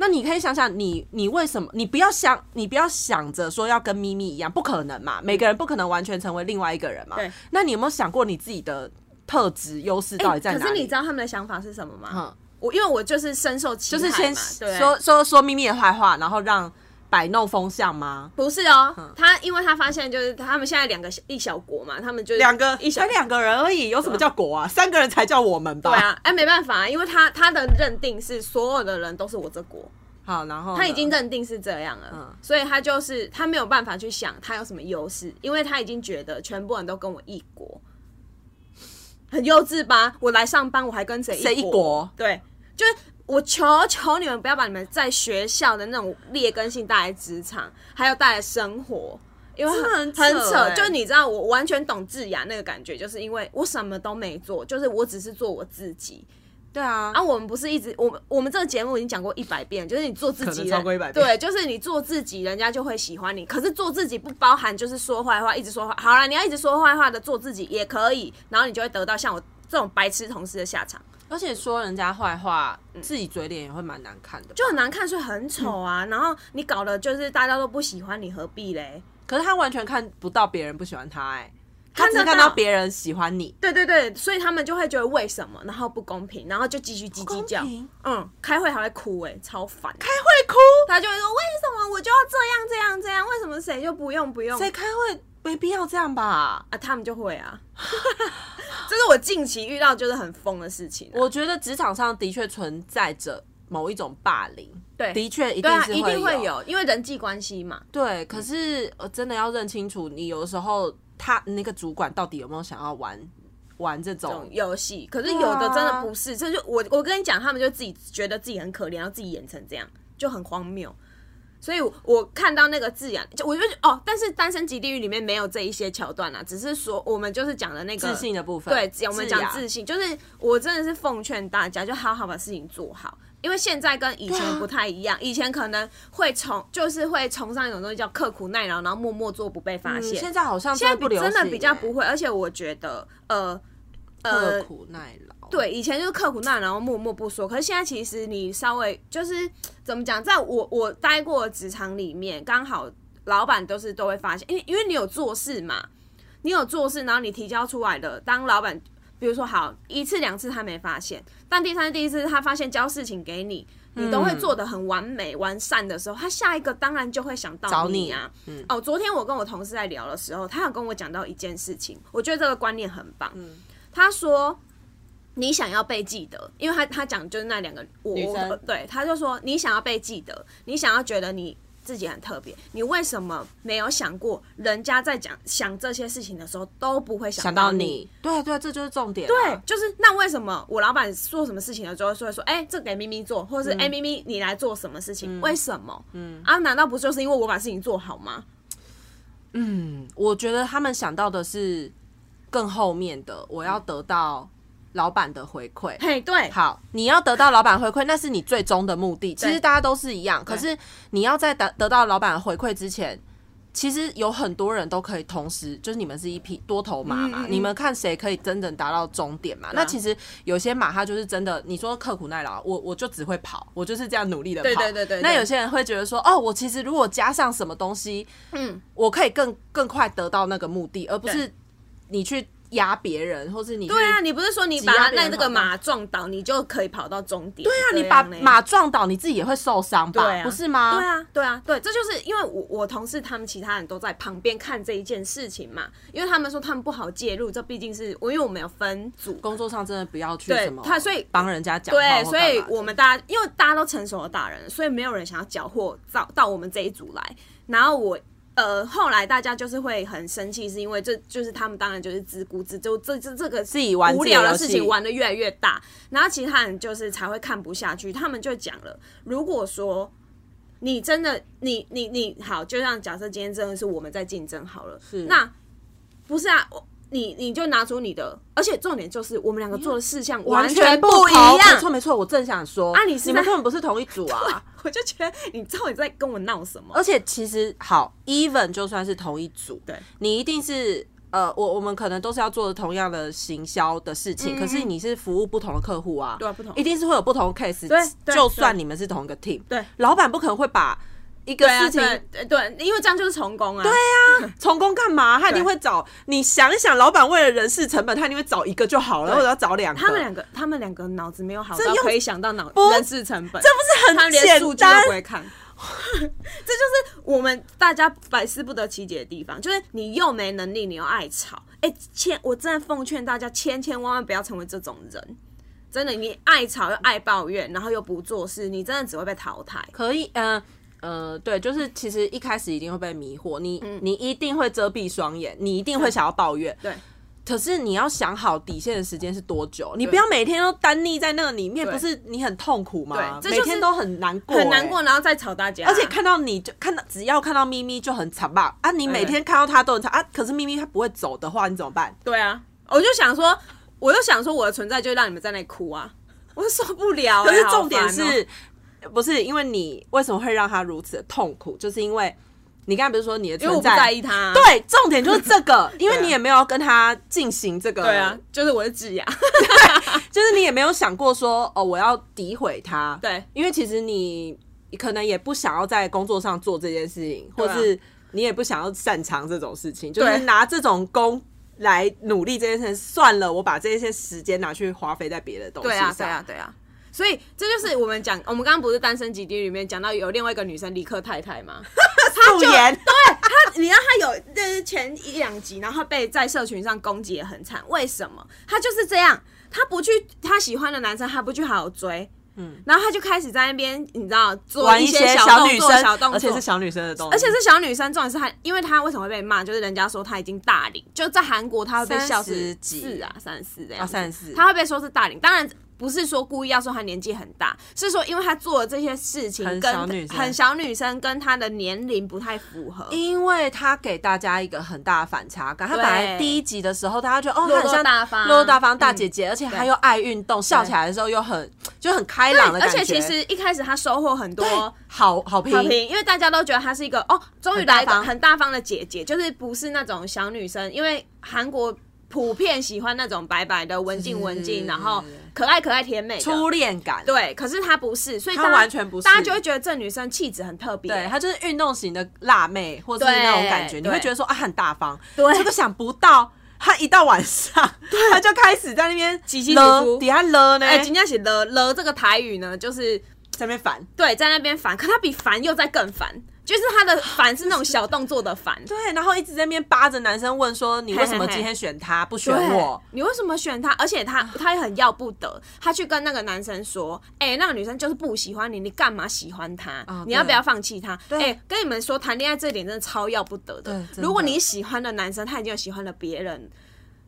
Speaker 2: 那你可以想想你，你为什么？你不要想，你不要想着说要跟咪咪一样，不可能嘛！每个人不可能完全成为另外一个人嘛。
Speaker 1: 嗯对。
Speaker 2: 那你有没有想过你自己的特质、优势到底在
Speaker 1: 哎可
Speaker 2: 哪里？
Speaker 1: 是你知道他们的想法是什么吗？
Speaker 2: 嗯
Speaker 1: 我因为我就是深受其
Speaker 2: 就
Speaker 1: 害
Speaker 2: 是先
Speaker 1: 嘛对
Speaker 2: 说说说咪咪的坏话，然后让摆弄风向吗？
Speaker 1: 不是哦，他因为他发现就是他们现在两个小一小国嘛，他们就是
Speaker 2: 两个
Speaker 1: 一小
Speaker 2: 才两个人而已，有什么叫国啊？三个人才叫我们吧？
Speaker 1: 对。啊，哎、没办法、啊，因为他他的认定是所有的人都是我这国，
Speaker 2: 好，然后呢
Speaker 1: 他已经认定是这样了，
Speaker 2: 嗯
Speaker 1: 所以他就是他没有办法去想他有什么优势，因为他已经觉得全部人都跟我一国，很幼稚吧？我来上班我还跟谁
Speaker 2: 谁一国
Speaker 1: 对，就是我求求你们不要把你们在学校的那种劣根性带来职场，还有带来生活。因为
Speaker 2: 真的
Speaker 1: 很
Speaker 2: 很扯欸
Speaker 1: 就你知道，我完全懂智雅那个感觉，就是因为我什么都没做，就是我只是做我自己，
Speaker 2: 对啊，
Speaker 1: 啊，我们不是一直我们我们这个节目已经讲过一百遍，就是你做自己
Speaker 2: 可能
Speaker 1: 人，
Speaker 2: 超过100遍
Speaker 1: 对，就是你做自己，人家就会喜欢你。可是做自己不包含就是说坏话，一直说坏。好啦，你要一直说坏话的做自己也可以，然后你就会得到像我这种白痴同事的下场，
Speaker 2: 而且说人家坏话，
Speaker 1: 嗯
Speaker 2: 自己嘴脸也会蛮难看的。
Speaker 1: 就很难看，所以很丑啊。
Speaker 2: 嗯
Speaker 1: 然后你搞的就是大家都不喜欢你，何必嘞？
Speaker 2: 可是他完全看不到别人不喜欢他、哎，他
Speaker 1: 看
Speaker 2: 只
Speaker 1: 得
Speaker 2: 是看
Speaker 1: 到
Speaker 2: 到别人喜欢你。
Speaker 1: 对对对，所以他们就会觉得为什么，然后不公平，然后就继续叽叽叫
Speaker 2: 不公平。
Speaker 1: 嗯，开会还会哭哎、超烦。
Speaker 2: 开会哭，
Speaker 1: 他就会说为什么我就要这样这样这样，为什么谁就不用不用？
Speaker 2: 谁开会没必要这样吧？
Speaker 1: 啊，他们就会啊， 这是我近期遇到就是很疯的事情啊、
Speaker 2: 我觉得职场上的确存在着某一种霸凌，
Speaker 1: 对
Speaker 2: 的确一
Speaker 1: 对
Speaker 2: 定
Speaker 1: 啊，
Speaker 2: 是
Speaker 1: 一定
Speaker 2: 会
Speaker 1: 会。有，因为人际关系嘛。
Speaker 2: 对，可是呃，真的要认清楚，你有的时候他那个主管到底有没有想要玩玩这
Speaker 1: 这种
Speaker 2: 种？
Speaker 1: 游戏，可是
Speaker 2: 对啊
Speaker 1: 有的真的不是，这就我我跟你讲，他们就自己觉得自己很可怜，然后自己演成这样，就很荒谬。所以我，我看到那个字眼，就我就觉得哦，但是《单身即地狱》里面没有这一些桥段啊，只是说我们就是讲的那个
Speaker 2: 自信的部分
Speaker 1: 对，我们
Speaker 2: 自
Speaker 1: 讲
Speaker 2: 雅
Speaker 1: 自信，就是我真的是奉劝大家，就好好把事情做好，因为现在跟
Speaker 2: 啊
Speaker 1: 以前不太一样，以前可能会崇，就是会崇尚一种东西叫刻苦耐劳，然后默默做不被发
Speaker 2: 嗯，
Speaker 1: 现。
Speaker 2: 现在好像
Speaker 1: 现在
Speaker 2: 不
Speaker 1: 比
Speaker 2: 流
Speaker 1: 真
Speaker 2: 行
Speaker 1: 的比较
Speaker 2: 欸
Speaker 1: 不会，而且我觉得，呃，
Speaker 2: 刻
Speaker 1: 呃，
Speaker 2: 苦耐劳。
Speaker 1: 对，以前就是刻苦耐劳，然后默默不说。可是现在其实你稍微就是怎么讲，在我我待过的职场里面，刚好老板都是都会发现，因为因为你有做事嘛，你有做事，然后你提交出来的，当老板。比如说，好一次两次他没发现，但第三、第一次他发现交事情给你，你都会做的很完美、完善的时候，他下一个当然就会想到
Speaker 2: 找
Speaker 1: 你
Speaker 2: 你
Speaker 1: 啊。哦，昨天我跟我同事在聊的时候，他有跟我讲到一件事情，我觉得这个观念很棒。他说你想要被记得，因为他他讲就是那两个我
Speaker 2: 女生
Speaker 1: 我对，他就说你想要被记得，你想要觉得你自己很特别，你为什么没有想过人家在讲想这些事情的时候都不会
Speaker 2: 想
Speaker 1: 想
Speaker 2: 到
Speaker 1: 你？
Speaker 2: 你，对对，这就是重点啊。
Speaker 1: 对，就是那为什么我老板做什么事情的时候，说说，哎、这给咪咪做，或者是哎、
Speaker 2: 嗯
Speaker 1: 咪咪你来做什么事情？为什么？嗯啊，难道不就是因为我把事情做好吗？
Speaker 2: 嗯我觉得他们想到的是更后面的，我要得到老板的回馈。
Speaker 1: 嘿，对，
Speaker 2: 好，你要得到老板回馈，那是你最终的目的。其实大家都是一样，可是你要在得得到老板的回馈之前，其实有很多人都可以同时，就是你们是一匹多头马
Speaker 1: 嗯
Speaker 2: 嘛，你们看谁可以真正达到终点
Speaker 1: 啊
Speaker 2: 嘛。那其实有些马它就是真的，你说刻苦耐劳，我我就只会跑，我就是这样努力的跑。
Speaker 1: 对对对对对
Speaker 2: 那有些人会觉得说，哦，我其实如果加上什么东西，
Speaker 1: 嗯，
Speaker 2: 我可以更更快得到那个目的，而不是
Speaker 1: 对
Speaker 2: 你去压别人，或是你去
Speaker 1: 对啊，你不是说你把
Speaker 2: 挤压
Speaker 1: 他
Speaker 2: 别
Speaker 1: 那
Speaker 2: 人
Speaker 1: 那个
Speaker 2: 跑道
Speaker 1: 马撞倒，你就可以跑到终点？对
Speaker 2: 对啊，你把马撞倒，你自己也会受伤吧？
Speaker 1: 对啊
Speaker 2: 不是吗？
Speaker 1: 对啊，对啊，对，这就是因为我我同事他们其他人都在旁边看这一件事情嘛，因为他们说他们不好介入，这毕竟是我，因为我们有分组。
Speaker 2: 工作上真的不要去
Speaker 1: 对
Speaker 2: 什么，
Speaker 1: 他所以
Speaker 2: 帮人家讲话
Speaker 1: 对，
Speaker 2: 或
Speaker 1: 所
Speaker 2: 干嘛
Speaker 1: 以
Speaker 2: 的
Speaker 1: 我们大家，因为大家都成熟的大人了，所以没有人想要缴获到到我们这一组来。然后我呃，后来大家就是会很生气，是因为这就是他们当然就是自顾自，就这这这个
Speaker 2: 自己玩
Speaker 1: 无
Speaker 2: 自己的
Speaker 1: 聊的
Speaker 2: 游
Speaker 1: 事
Speaker 2: 戏
Speaker 1: 情玩的越来越大，然后其他人就是才会看不下去，他们就讲了，如果说。你真的，你你你好，就像假设今天真的是我们在竞争好了，
Speaker 2: 是
Speaker 1: 那不是啊，我你你就拿出你的，而且重点就是我们两个做的事项完全
Speaker 2: 不
Speaker 1: 一样，
Speaker 2: 没错没错，我正想说
Speaker 1: 啊你是在
Speaker 2: 你们根本不是同一组 啊！
Speaker 1: 我就觉得你到底在跟我闹什么？
Speaker 2: 而且其实好，even 就算是同一组，
Speaker 1: 对
Speaker 2: 你一定是呃，我我们可能都是要做同样的行销的事情，可是你是服务不同的客户啊，
Speaker 1: 嗯对啊不同
Speaker 2: 一定是会有不同的 case。
Speaker 1: 对对
Speaker 2: 就算你们是同一个 team，
Speaker 1: 对，
Speaker 2: 老板不可能会把一个
Speaker 1: 对啊，
Speaker 2: 事情
Speaker 1: 对对对，因为这样就是成功啊。对
Speaker 2: 从工干嘛？他一定
Speaker 1: 对
Speaker 2: 会找你想一想，老板为了人事成本，他一定会找一个就好了，或者要找两个。
Speaker 1: 他们两个，他们两个脑子没有好到
Speaker 2: 这又
Speaker 1: 可以想到脑
Speaker 2: 不
Speaker 1: 人事成本，
Speaker 2: 这不是很
Speaker 1: 他们连
Speaker 2: 简
Speaker 1: 数据都
Speaker 2: 单
Speaker 1: 不会看。这就是我们大家百思不得其解的地方，就是你又没能力，你又爱吵。哎、千，我真的奉劝大家，千千万万不要成为这种人。真的，你爱吵又爱抱怨，然后又不做事，你真的只会被淘汰。
Speaker 2: 可以，嗯、呃、呃，对，就是其实一开始一定会被迷惑，你、你一定会遮蔽双眼，你一定会想要抱怨，
Speaker 1: 对。
Speaker 2: 可是你要想好底线的时间是多久，你不要每天都单立在那个里面，
Speaker 1: 对
Speaker 2: 不是你很痛苦吗？
Speaker 1: 对这就是
Speaker 2: 每天都很难过、
Speaker 1: 很难过，
Speaker 2: 欸。
Speaker 1: 然后再吵大家，
Speaker 2: 而且看到你就看到，只要看到咪咪就很惨吧啊！你每天看到她都很惨啊，可是咪咪她不会走的话，你怎么办？
Speaker 1: 对啊，我就想说，我就想说，我的存在就让你们在那里哭啊。 我受不了、欸。
Speaker 2: 可是重点
Speaker 1: 好烦哦
Speaker 2: 是，不是因为你为什么会让他如此的痛苦？就是因为你刚才不是说你的
Speaker 1: 因为我
Speaker 2: 存
Speaker 1: 不在
Speaker 2: 在
Speaker 1: 意他。啊
Speaker 2: 对，重点就是 这个，因为你也没有跟他进行这个，
Speaker 1: 对啊，，就是我是智雅。
Speaker 2: 就是你也没有想过说哦，我要诋毁他，
Speaker 1: 对，
Speaker 2: 因为其实你可能也不想要在工作上做这件事情，
Speaker 1: 对
Speaker 2: 或
Speaker 1: 啊
Speaker 2: 是你也不想要擅长这种事情，就是
Speaker 1: 对
Speaker 2: 拿这种功来努力这件事情，算了，我把这些时间拿去花费在别的东西
Speaker 1: 对
Speaker 2: 上，
Speaker 1: 啊，对啊，对啊。所以这就是我们讲，我们刚刚不是《单身极地》里面讲到有另外一个女生李克太太吗？啊
Speaker 2: 素颜，
Speaker 1: 你知道他有就是前一两集，然后被在社群上攻击也很惨，为什么？他就是这样，他不去他喜欢的男生，他不去好好追，嗯，然后他就开始在那边，你知道做
Speaker 2: 玩一
Speaker 1: 些
Speaker 2: 小
Speaker 1: 动
Speaker 2: 女
Speaker 1: 作、
Speaker 2: 生，
Speaker 1: 小动
Speaker 2: 而且
Speaker 1: 作
Speaker 2: 是。小女生的动作，
Speaker 1: 而且是小女生，重点是她，因为她为什么会被骂？就是人家说她已经大龄，就在韩国她会被笑
Speaker 2: 30
Speaker 1: 是
Speaker 2: 几
Speaker 1: 四啊，三十四这样
Speaker 2: 啊
Speaker 1: 子，
Speaker 2: 34
Speaker 1: 她会被说是大龄。当然不是说故意要说她年纪很大，是说因为她做的这些事情
Speaker 2: 很
Speaker 1: 跟
Speaker 2: 小女生
Speaker 1: 很小女生跟她的年龄不太符合，
Speaker 2: 因为他给大家一个很大的反差感。他本来
Speaker 1: 对
Speaker 2: 第一集的时候，大家觉得哦，
Speaker 1: 落落
Speaker 2: 他很像
Speaker 1: 大方嗯
Speaker 2: 落落大方大姐姐，而且她
Speaker 1: 对
Speaker 2: 又爱运动，笑起来的时候又很就很开朗的
Speaker 1: 而
Speaker 2: 感觉。
Speaker 1: 且其实一开始她收获很多
Speaker 2: 对好好
Speaker 1: 好
Speaker 2: 评，
Speaker 1: 评，因为大家都觉得她是一个哦，终于
Speaker 2: 很大
Speaker 1: 来一个
Speaker 2: 方
Speaker 1: 很大方的姐姐，就是不是那种小女生，因为韩国。普遍喜欢那种白白的、文静文静，然后可爱可爱、甜美的
Speaker 2: 初恋感。
Speaker 1: 对，可是她不是，所以
Speaker 2: 她
Speaker 1: 大家
Speaker 2: 完全不是
Speaker 1: 大家就会觉得这女生气质很特别。
Speaker 2: 对，她就是运动型的辣妹，或是那种感觉，
Speaker 1: 对
Speaker 2: 你会觉得说啊很大方。
Speaker 1: 对
Speaker 2: 结果想不到，她一到晚上， 她就开始在那边
Speaker 1: 起起
Speaker 2: 勒
Speaker 1: 伏伏
Speaker 2: 底下勒呢，
Speaker 1: 哎，今天写了了这个台语呢，就是
Speaker 2: 在那边烦。
Speaker 1: 对，在那边烦，可她比烦又在更烦，就是她的烦是那种小动作的烦。
Speaker 2: 对，然后一直在那边扒着男生问说：“你为什么今天选他不选我？”
Speaker 1: 你为什么选她？而且她她也很要不得，她去跟那个男生说：“哎、那个女生就是不喜欢你，你干嘛喜欢她？
Speaker 2: 啊
Speaker 1: 你要不
Speaker 2: 对
Speaker 1: 要放弃她？”
Speaker 2: 对
Speaker 1: 哎、跟你们说，谈恋爱这点真的超要不得
Speaker 2: 对
Speaker 1: 的。
Speaker 2: 真的
Speaker 1: 如果你喜欢的男生他已经有喜欢了别人，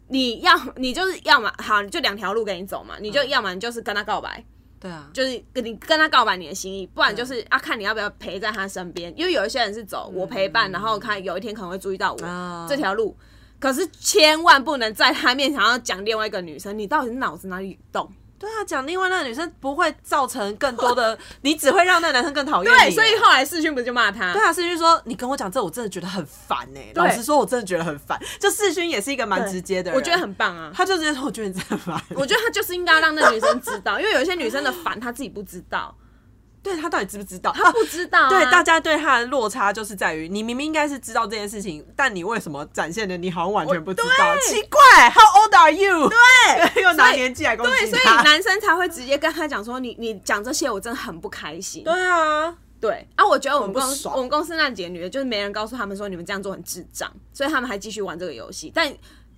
Speaker 1: 你要你就是要么好，就两条路给你走嘛，你就
Speaker 2: 嗯
Speaker 1: 要么你就是跟他告白。
Speaker 2: 对啊，
Speaker 1: 就是跟你跟他告白你的心意，不
Speaker 2: 嗯
Speaker 1: 然就是啊看你要不要陪在他身边，因为有一些人是走我陪伴，然后看有一天可能会注意到我、
Speaker 2: 啊
Speaker 1: 这条路，可是千万不能在他面前要讲另外一个女生，你到底是脑子哪里动？
Speaker 2: 对啊，讲另外那个女生不会造成更多的，你只会让那个男生更讨厌
Speaker 1: 对，
Speaker 2: 你
Speaker 1: 所以后来世勋不就骂他
Speaker 2: 啊对？啊，世勋说你跟我讲这，我真的觉得很烦呢、老实说，我真的觉得很烦。就世勋也是一个蛮直接的人，
Speaker 1: 我觉得，很棒啊。
Speaker 2: 他就直接说我觉得你真的很烦。
Speaker 1: 我觉得他就是应该要让那女生知道，因为有一些女生的烦她自己不知 道，
Speaker 2: 对他到底知不知道？
Speaker 1: 她
Speaker 2: 啊
Speaker 1: 不知道、啊
Speaker 2: 对大家对他的落差就是在于，你明明应该是知道这件事情，但你为什么展现的你好像完全不知道？
Speaker 1: 对
Speaker 2: 奇怪，How old are you？对， 又拿
Speaker 1: 所以
Speaker 2: 年纪来攻
Speaker 1: 对，
Speaker 2: 击
Speaker 1: 所以
Speaker 2: 他。
Speaker 1: 男生才会直接跟他讲说你你讲这些我真的很不开心。
Speaker 2: 对啊，
Speaker 1: 对啊，我觉得我们
Speaker 2: 很不
Speaker 1: 公司
Speaker 2: 爽
Speaker 1: 我们公司那几个女的，就是没人告诉他们说你们这样做很智障，所以他们还继续玩这个游戏，但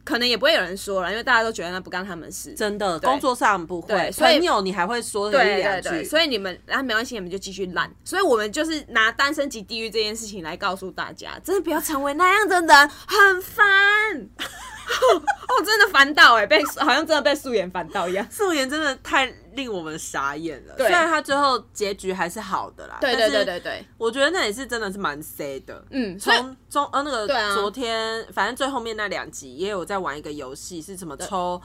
Speaker 1: 可能也不会有人说了，因为大家都觉得那不干他们事。
Speaker 2: 真的，
Speaker 1: 对
Speaker 2: 工作上不会，
Speaker 1: 对所以
Speaker 2: 朋友你还会说个一
Speaker 1: 对
Speaker 2: 两
Speaker 1: 对
Speaker 2: 句，
Speaker 1: 对，所以你们啊没关系，你们就继续烂。所以我们就是拿单身级地狱这件事情来告诉大家，真的不要成为那样的人，很 烦。哦，真的烦到哎、欸，被好像真的被素颜烦到一样。
Speaker 2: 素颜真的太令我们傻眼了。
Speaker 1: 对
Speaker 2: 虽然他最后结局还是好的啦，
Speaker 1: 对
Speaker 2: 但
Speaker 1: 对对
Speaker 2: 是
Speaker 1: 对对，
Speaker 2: 我觉得那也是真的是蛮 sad 的。
Speaker 1: 嗯所以
Speaker 2: 从中呃那
Speaker 1: 对啊
Speaker 2: 个昨天，反正最后面那两集也有在玩一个游戏，是什么抽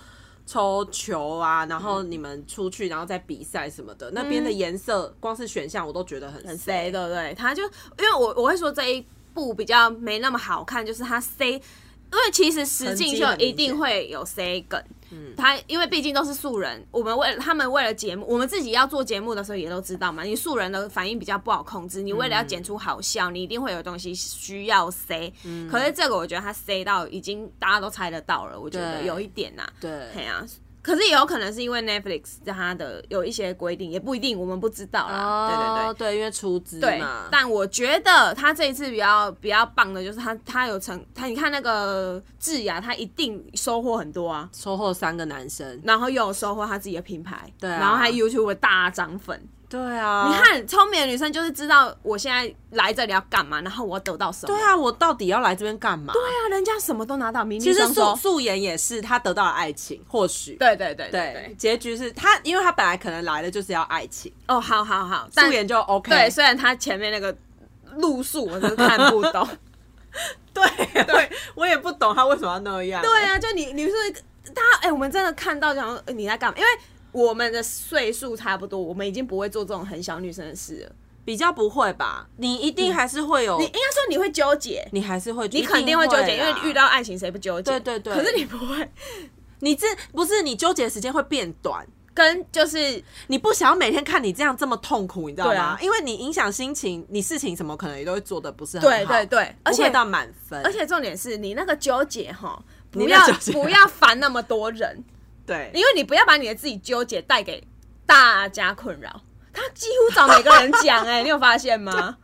Speaker 2: 抽球啊，然后你们出去然后再比赛什么的。那边的颜色光是选项我都觉得很
Speaker 1: 嗯很
Speaker 2: sad
Speaker 1: C 对不对？他就因为我我会说这一部比较没那么好看，就是他 C，因为其实实境秀一定会有 C 梗，他因为毕竟都是素人，我们为他们为了节目，我们自己要做节目的时候也都知道嘛，你素人的反应比较不好控制，你为了要剪出好笑，你一定会有东西需要 C，、可是这个我觉得他 C 到已经大家都猜得到了，我觉得
Speaker 2: 对
Speaker 1: 有一点呐、
Speaker 2: 对
Speaker 1: 对啊，可是也有可能是因为 Netflix 它的有一些规定，也不一定，我们不知道啦。对对对
Speaker 2: 哦，对，因为出资
Speaker 1: 对
Speaker 2: 嘛，。
Speaker 1: 但我觉得他这一次比较比较棒的就是他他有成他，你看那个智雅，他一定收获很多啊，
Speaker 2: 收获三个男生，
Speaker 1: 然后又有收获他自己的品牌，
Speaker 2: 对啊
Speaker 1: 然后还 YouTube 大涨粉。
Speaker 2: 对啊，
Speaker 1: 你看，聪明的女生就是知道我现在来这里要干嘛，然后我得到什么。
Speaker 2: 对啊，我到底要来这边干嘛？对
Speaker 1: 对
Speaker 2: 啊，
Speaker 1: 啊，人家什么都拿到，名利
Speaker 2: 其实
Speaker 1: 双
Speaker 2: 素
Speaker 1: 收。
Speaker 2: 素颜也是，她得到了爱情，或许
Speaker 1: 对对对对
Speaker 2: 对
Speaker 1: 对，
Speaker 2: 结局是她，因为她本来可能来的就是要爱情，
Speaker 1: 哦，好好好，
Speaker 2: 素
Speaker 1: 但
Speaker 2: 颜就 OK。
Speaker 1: 对，虽然他前面那个路数我真的看不 懂。
Speaker 2: 对对，我也不懂她为什么要那样。
Speaker 1: 对啊，就你你是他哎、我们真的看到想说呃你在干嘛？因为我们的岁数差不多，我们已经不会做这种很小女生的事了。
Speaker 2: 比较不会吧？你一定还是会有，
Speaker 1: 你应该说你会纠结，
Speaker 2: 你还是会，啊
Speaker 1: 你
Speaker 2: 你
Speaker 1: 肯定会纠结，因为遇
Speaker 2: 到
Speaker 1: 到爱情谁不纠结？
Speaker 2: 对对对
Speaker 1: 可是你不会
Speaker 2: 你这不是你纠结的时间会变短，
Speaker 1: 跟就是
Speaker 2: 你不想要每天看你这样这么痛苦，你知道吗？
Speaker 1: 对啊
Speaker 2: 因为你影响心情，你事情什么可能也都会做的不是很好，
Speaker 1: 对对，对，而
Speaker 2: 而且
Speaker 1: 且
Speaker 2: 到满分，
Speaker 1: 而且重点是你那个纠结哈，
Speaker 2: 你
Speaker 1: 不
Speaker 2: 那
Speaker 1: 要
Speaker 2: 纠结
Speaker 1: 不要烦那么多人，
Speaker 2: 对，
Speaker 1: 因为你不要把你的自己纠结带给大家困扰。他几乎找每个人讲，哎，你有发现 吗？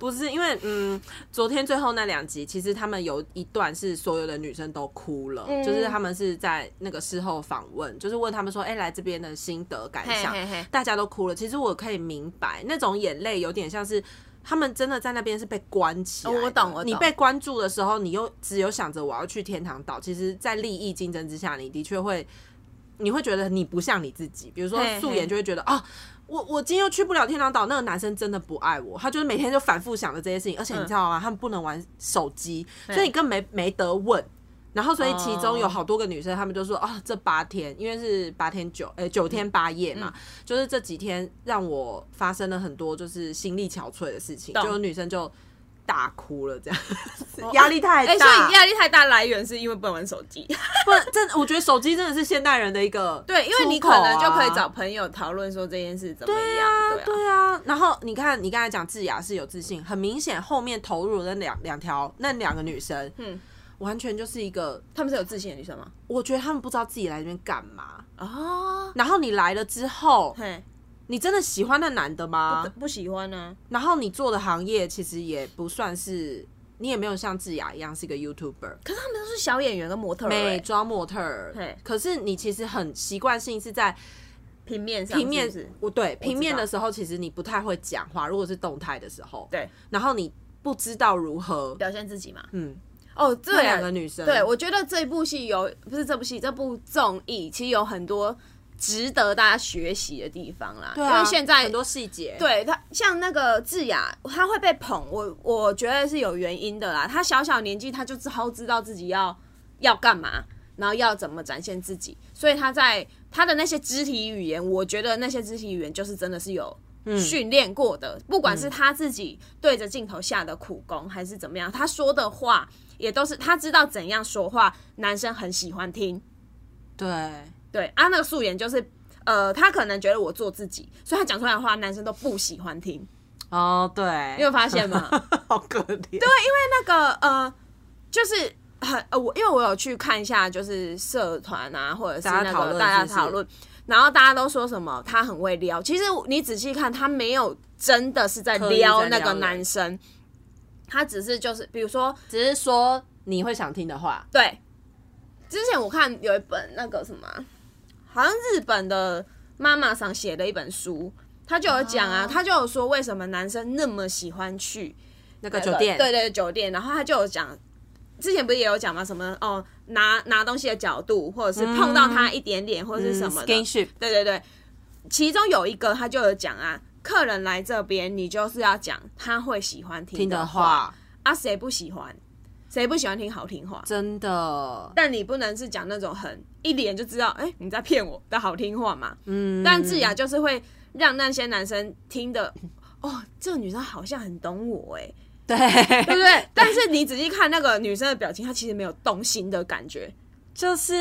Speaker 2: 不是因为嗯，昨天最后那两集，其实他们有一段是所有的女生都哭了，
Speaker 1: 嗯
Speaker 2: 就是他们是在那个事后访问，就是问他们说，哎、来这边的心得感想，
Speaker 1: 嘿嘿嘿
Speaker 2: 大家都哭了。其实我可以明白，那种眼泪有点像是。他们真的在那边是被关起来的、
Speaker 1: 哦我懂我懂
Speaker 2: 你被关注的时候，你又只有想着我要去天堂岛。其实，在利益竞争之下，你的确会，你会觉得你不像你自己。比如说
Speaker 1: 嘿嘿
Speaker 2: 素颜就会觉得哦，我我今天又去不了天堂岛，那个男生真的不爱我，他就是每天就反复想着这些事情，而且你
Speaker 1: 嗯
Speaker 2: 知道吗？他们不能玩手机，所以你根本没没得问。然后，所以其中有好多个女生，她们就说：“哦，这八天，因为是八天九，呃，九天八夜嘛，就是这几天让我发生了很多就是心力憔悴的事情，
Speaker 1: 懂
Speaker 2: 就有女生就大哭了，这样 压力太
Speaker 1: 哎，所
Speaker 2: 大。
Speaker 1: 以压力太大来源是因为不能玩手机。
Speaker 2: 不然，这我觉得手机真的是现代人的一个
Speaker 1: 对，因为你
Speaker 2: 出
Speaker 1: 可
Speaker 2: 口啊
Speaker 1: 能就可以找朋友讨论说这件事怎么
Speaker 2: 对
Speaker 1: 样，
Speaker 2: 啊，
Speaker 1: 对啊，
Speaker 2: 对啊。然后你看，你刚才讲智雅是有自信，很明显后面投入的那两两条那两个女生，
Speaker 1: 嗯
Speaker 2: 完全就是一个，
Speaker 1: 他们是有自信的女生吗？
Speaker 2: 我觉得她们不知道自己来这边干嘛。
Speaker 1: 哦，
Speaker 2: 然后你来了之后，
Speaker 1: 嘿，
Speaker 2: 你真的喜欢那男的吗？
Speaker 1: 不喜欢啊呢、
Speaker 2: 然后你做的行业其实也不算是，你也没有像智雅一样是一个 YouTuber。
Speaker 1: 可是他们都是小演员跟模特儿、
Speaker 2: 美
Speaker 1: 欸，
Speaker 2: 妆模特儿
Speaker 1: 对，
Speaker 2: 可是你其实很习惯性是在
Speaker 1: 平面上
Speaker 2: 平面
Speaker 1: 是不是，
Speaker 2: 我对平面
Speaker 1: 道
Speaker 2: 的时候，其实你不太会讲话。如果是动态的时候，
Speaker 1: 对，
Speaker 2: 然后你不知道如何，
Speaker 1: 表现自己嘛。
Speaker 2: 嗯，
Speaker 1: 哦，这
Speaker 2: 这两个女生，
Speaker 1: 对，我觉得这部戏有不是这部戏，这部综艺其实有很多值得大家学习的地方啦。
Speaker 2: 对啊
Speaker 1: 因为现在
Speaker 2: 很多细节，，
Speaker 1: 对他像那个智雅，她会被捧，我我觉得是有原因的啦。她小小年纪，她就超知道自己要要干嘛，然后要怎么展现自己，所以她在她的那些肢体语言，我觉得那些肢体语言就是真的是有。训练过的，不管是她自己对着镜头下的苦功，还是怎么样，她说的话也都是她知道怎样说话，男生很喜欢听。
Speaker 2: 对，
Speaker 1: 对啊，那个素颜就是，呃，他可能觉得我做自己，所以他讲出来的话，男生都不喜欢听。
Speaker 2: 哦，对，
Speaker 1: 你有发现吗？
Speaker 2: 好可怜，对，
Speaker 1: 那个呃，就是很呃，我因为我有去看一下，就是社团啊，或者是
Speaker 2: 大家
Speaker 1: 那
Speaker 2: 讨论
Speaker 1: 个大
Speaker 2: 是
Speaker 1: 家
Speaker 2: 不是
Speaker 1: 讨论，然后大家都说什么他很会撩，其实你仔细看，他没有真的是在
Speaker 2: 刻意
Speaker 1: 撩
Speaker 2: 在
Speaker 1: 那
Speaker 2: 撩
Speaker 1: 个
Speaker 2: 人
Speaker 1: 男生，他只是就是比如说
Speaker 2: 只是说你会想听的话，
Speaker 1: 对，之前我看有一本那个什么啊，好像日本的妈妈上写的一本书，他就有讲
Speaker 2: 哦
Speaker 1: 啊，他就有说为什么男生那么喜欢去
Speaker 2: 那个
Speaker 1: 那个
Speaker 2: 酒店，
Speaker 1: 对对酒店，然后他就有讲。之前不是也有讲吗？什么哦，拿拿东西的角度，或者是碰到他一点
Speaker 2: 嗯
Speaker 1: 点，或者是什么的。
Speaker 2: ，skinship，
Speaker 1: 对对对，其中有一个他就有讲啊，客人来这边，你就是要讲他会喜欢听
Speaker 2: 听的
Speaker 1: 话
Speaker 2: 话，
Speaker 1: 啊，谁不喜欢？谁不喜欢听好听话？
Speaker 2: 真的，
Speaker 1: 但你不能是讲那种很一脸就知道，哎、你在骗我的好听话嘛。
Speaker 2: 嗯，
Speaker 1: 但智雅就是会让那些男生听的，哦，这个女生好像很懂我、哎，
Speaker 2: 对，
Speaker 1: 对不对？ 但是你仔细看那个女生的表情，她其实没有动心的感觉，
Speaker 2: 就是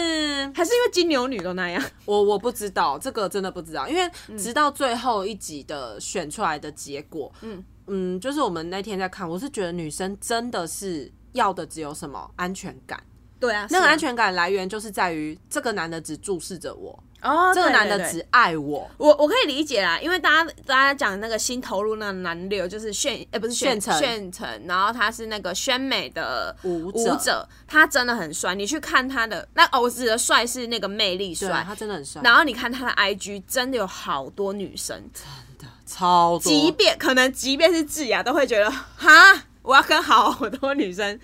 Speaker 1: 还是因为金牛女都那样。
Speaker 2: 我我不知道，这个真的不知道，因为直到最后一集的选出来的结果，嗯
Speaker 1: 嗯
Speaker 2: 就是我们那天在看，我是觉得女生真的是要的只有什么安全感，
Speaker 1: 对啊，
Speaker 2: 那个安全感来源就是在于这个男的只注视着我，
Speaker 1: 哦，
Speaker 2: 这个男
Speaker 1: 对
Speaker 2: 的
Speaker 1: 对
Speaker 2: 只爱我，
Speaker 1: 我我可以理解啦，因为大家大家讲那个新投入那个男六就是炫，哎、不是
Speaker 2: 炫成
Speaker 1: 炫成，然后他是那个宣美的
Speaker 2: 舞者
Speaker 1: 者，他真的很帅。你去看他的那哦，我指的帅是那个魅力
Speaker 2: 对，
Speaker 1: 帅。
Speaker 2: 他真的很帅，
Speaker 1: 然后你看他的 IG，真的有好多女生，
Speaker 2: 超
Speaker 1: 即
Speaker 2: 多，
Speaker 1: 便可能即便是智雅都会觉得哈，我要跟好多女生。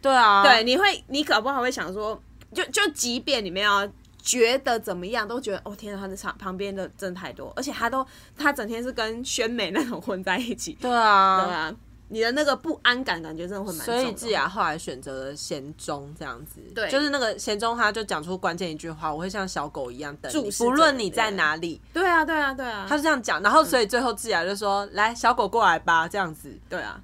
Speaker 2: 对啊，
Speaker 1: 对，你会你搞不好会想说，就就即便你们要觉得怎么样，都觉得哦天啊，他的场旁边的真的太多，而且他都他整天是跟宣美那种混在一起，
Speaker 2: 对
Speaker 1: 对
Speaker 2: 啊，
Speaker 1: 啊，你的那个不安感感觉真的会蛮重
Speaker 2: 所
Speaker 1: 的。
Speaker 2: 以智雅后来选择了贤忠这样子，
Speaker 1: 对
Speaker 2: 就是那个贤忠，他就讲出关键一句话：“我会像小狗一样等
Speaker 1: 注
Speaker 2: 你，
Speaker 1: 视着
Speaker 2: 不论你嗯
Speaker 1: 你
Speaker 2: 在哪里。”
Speaker 1: 对啊，对啊，对啊，
Speaker 2: 他是这样讲，然后所以最后智雅就说：“来，小狗过来吧。”这样子，
Speaker 1: 对啊，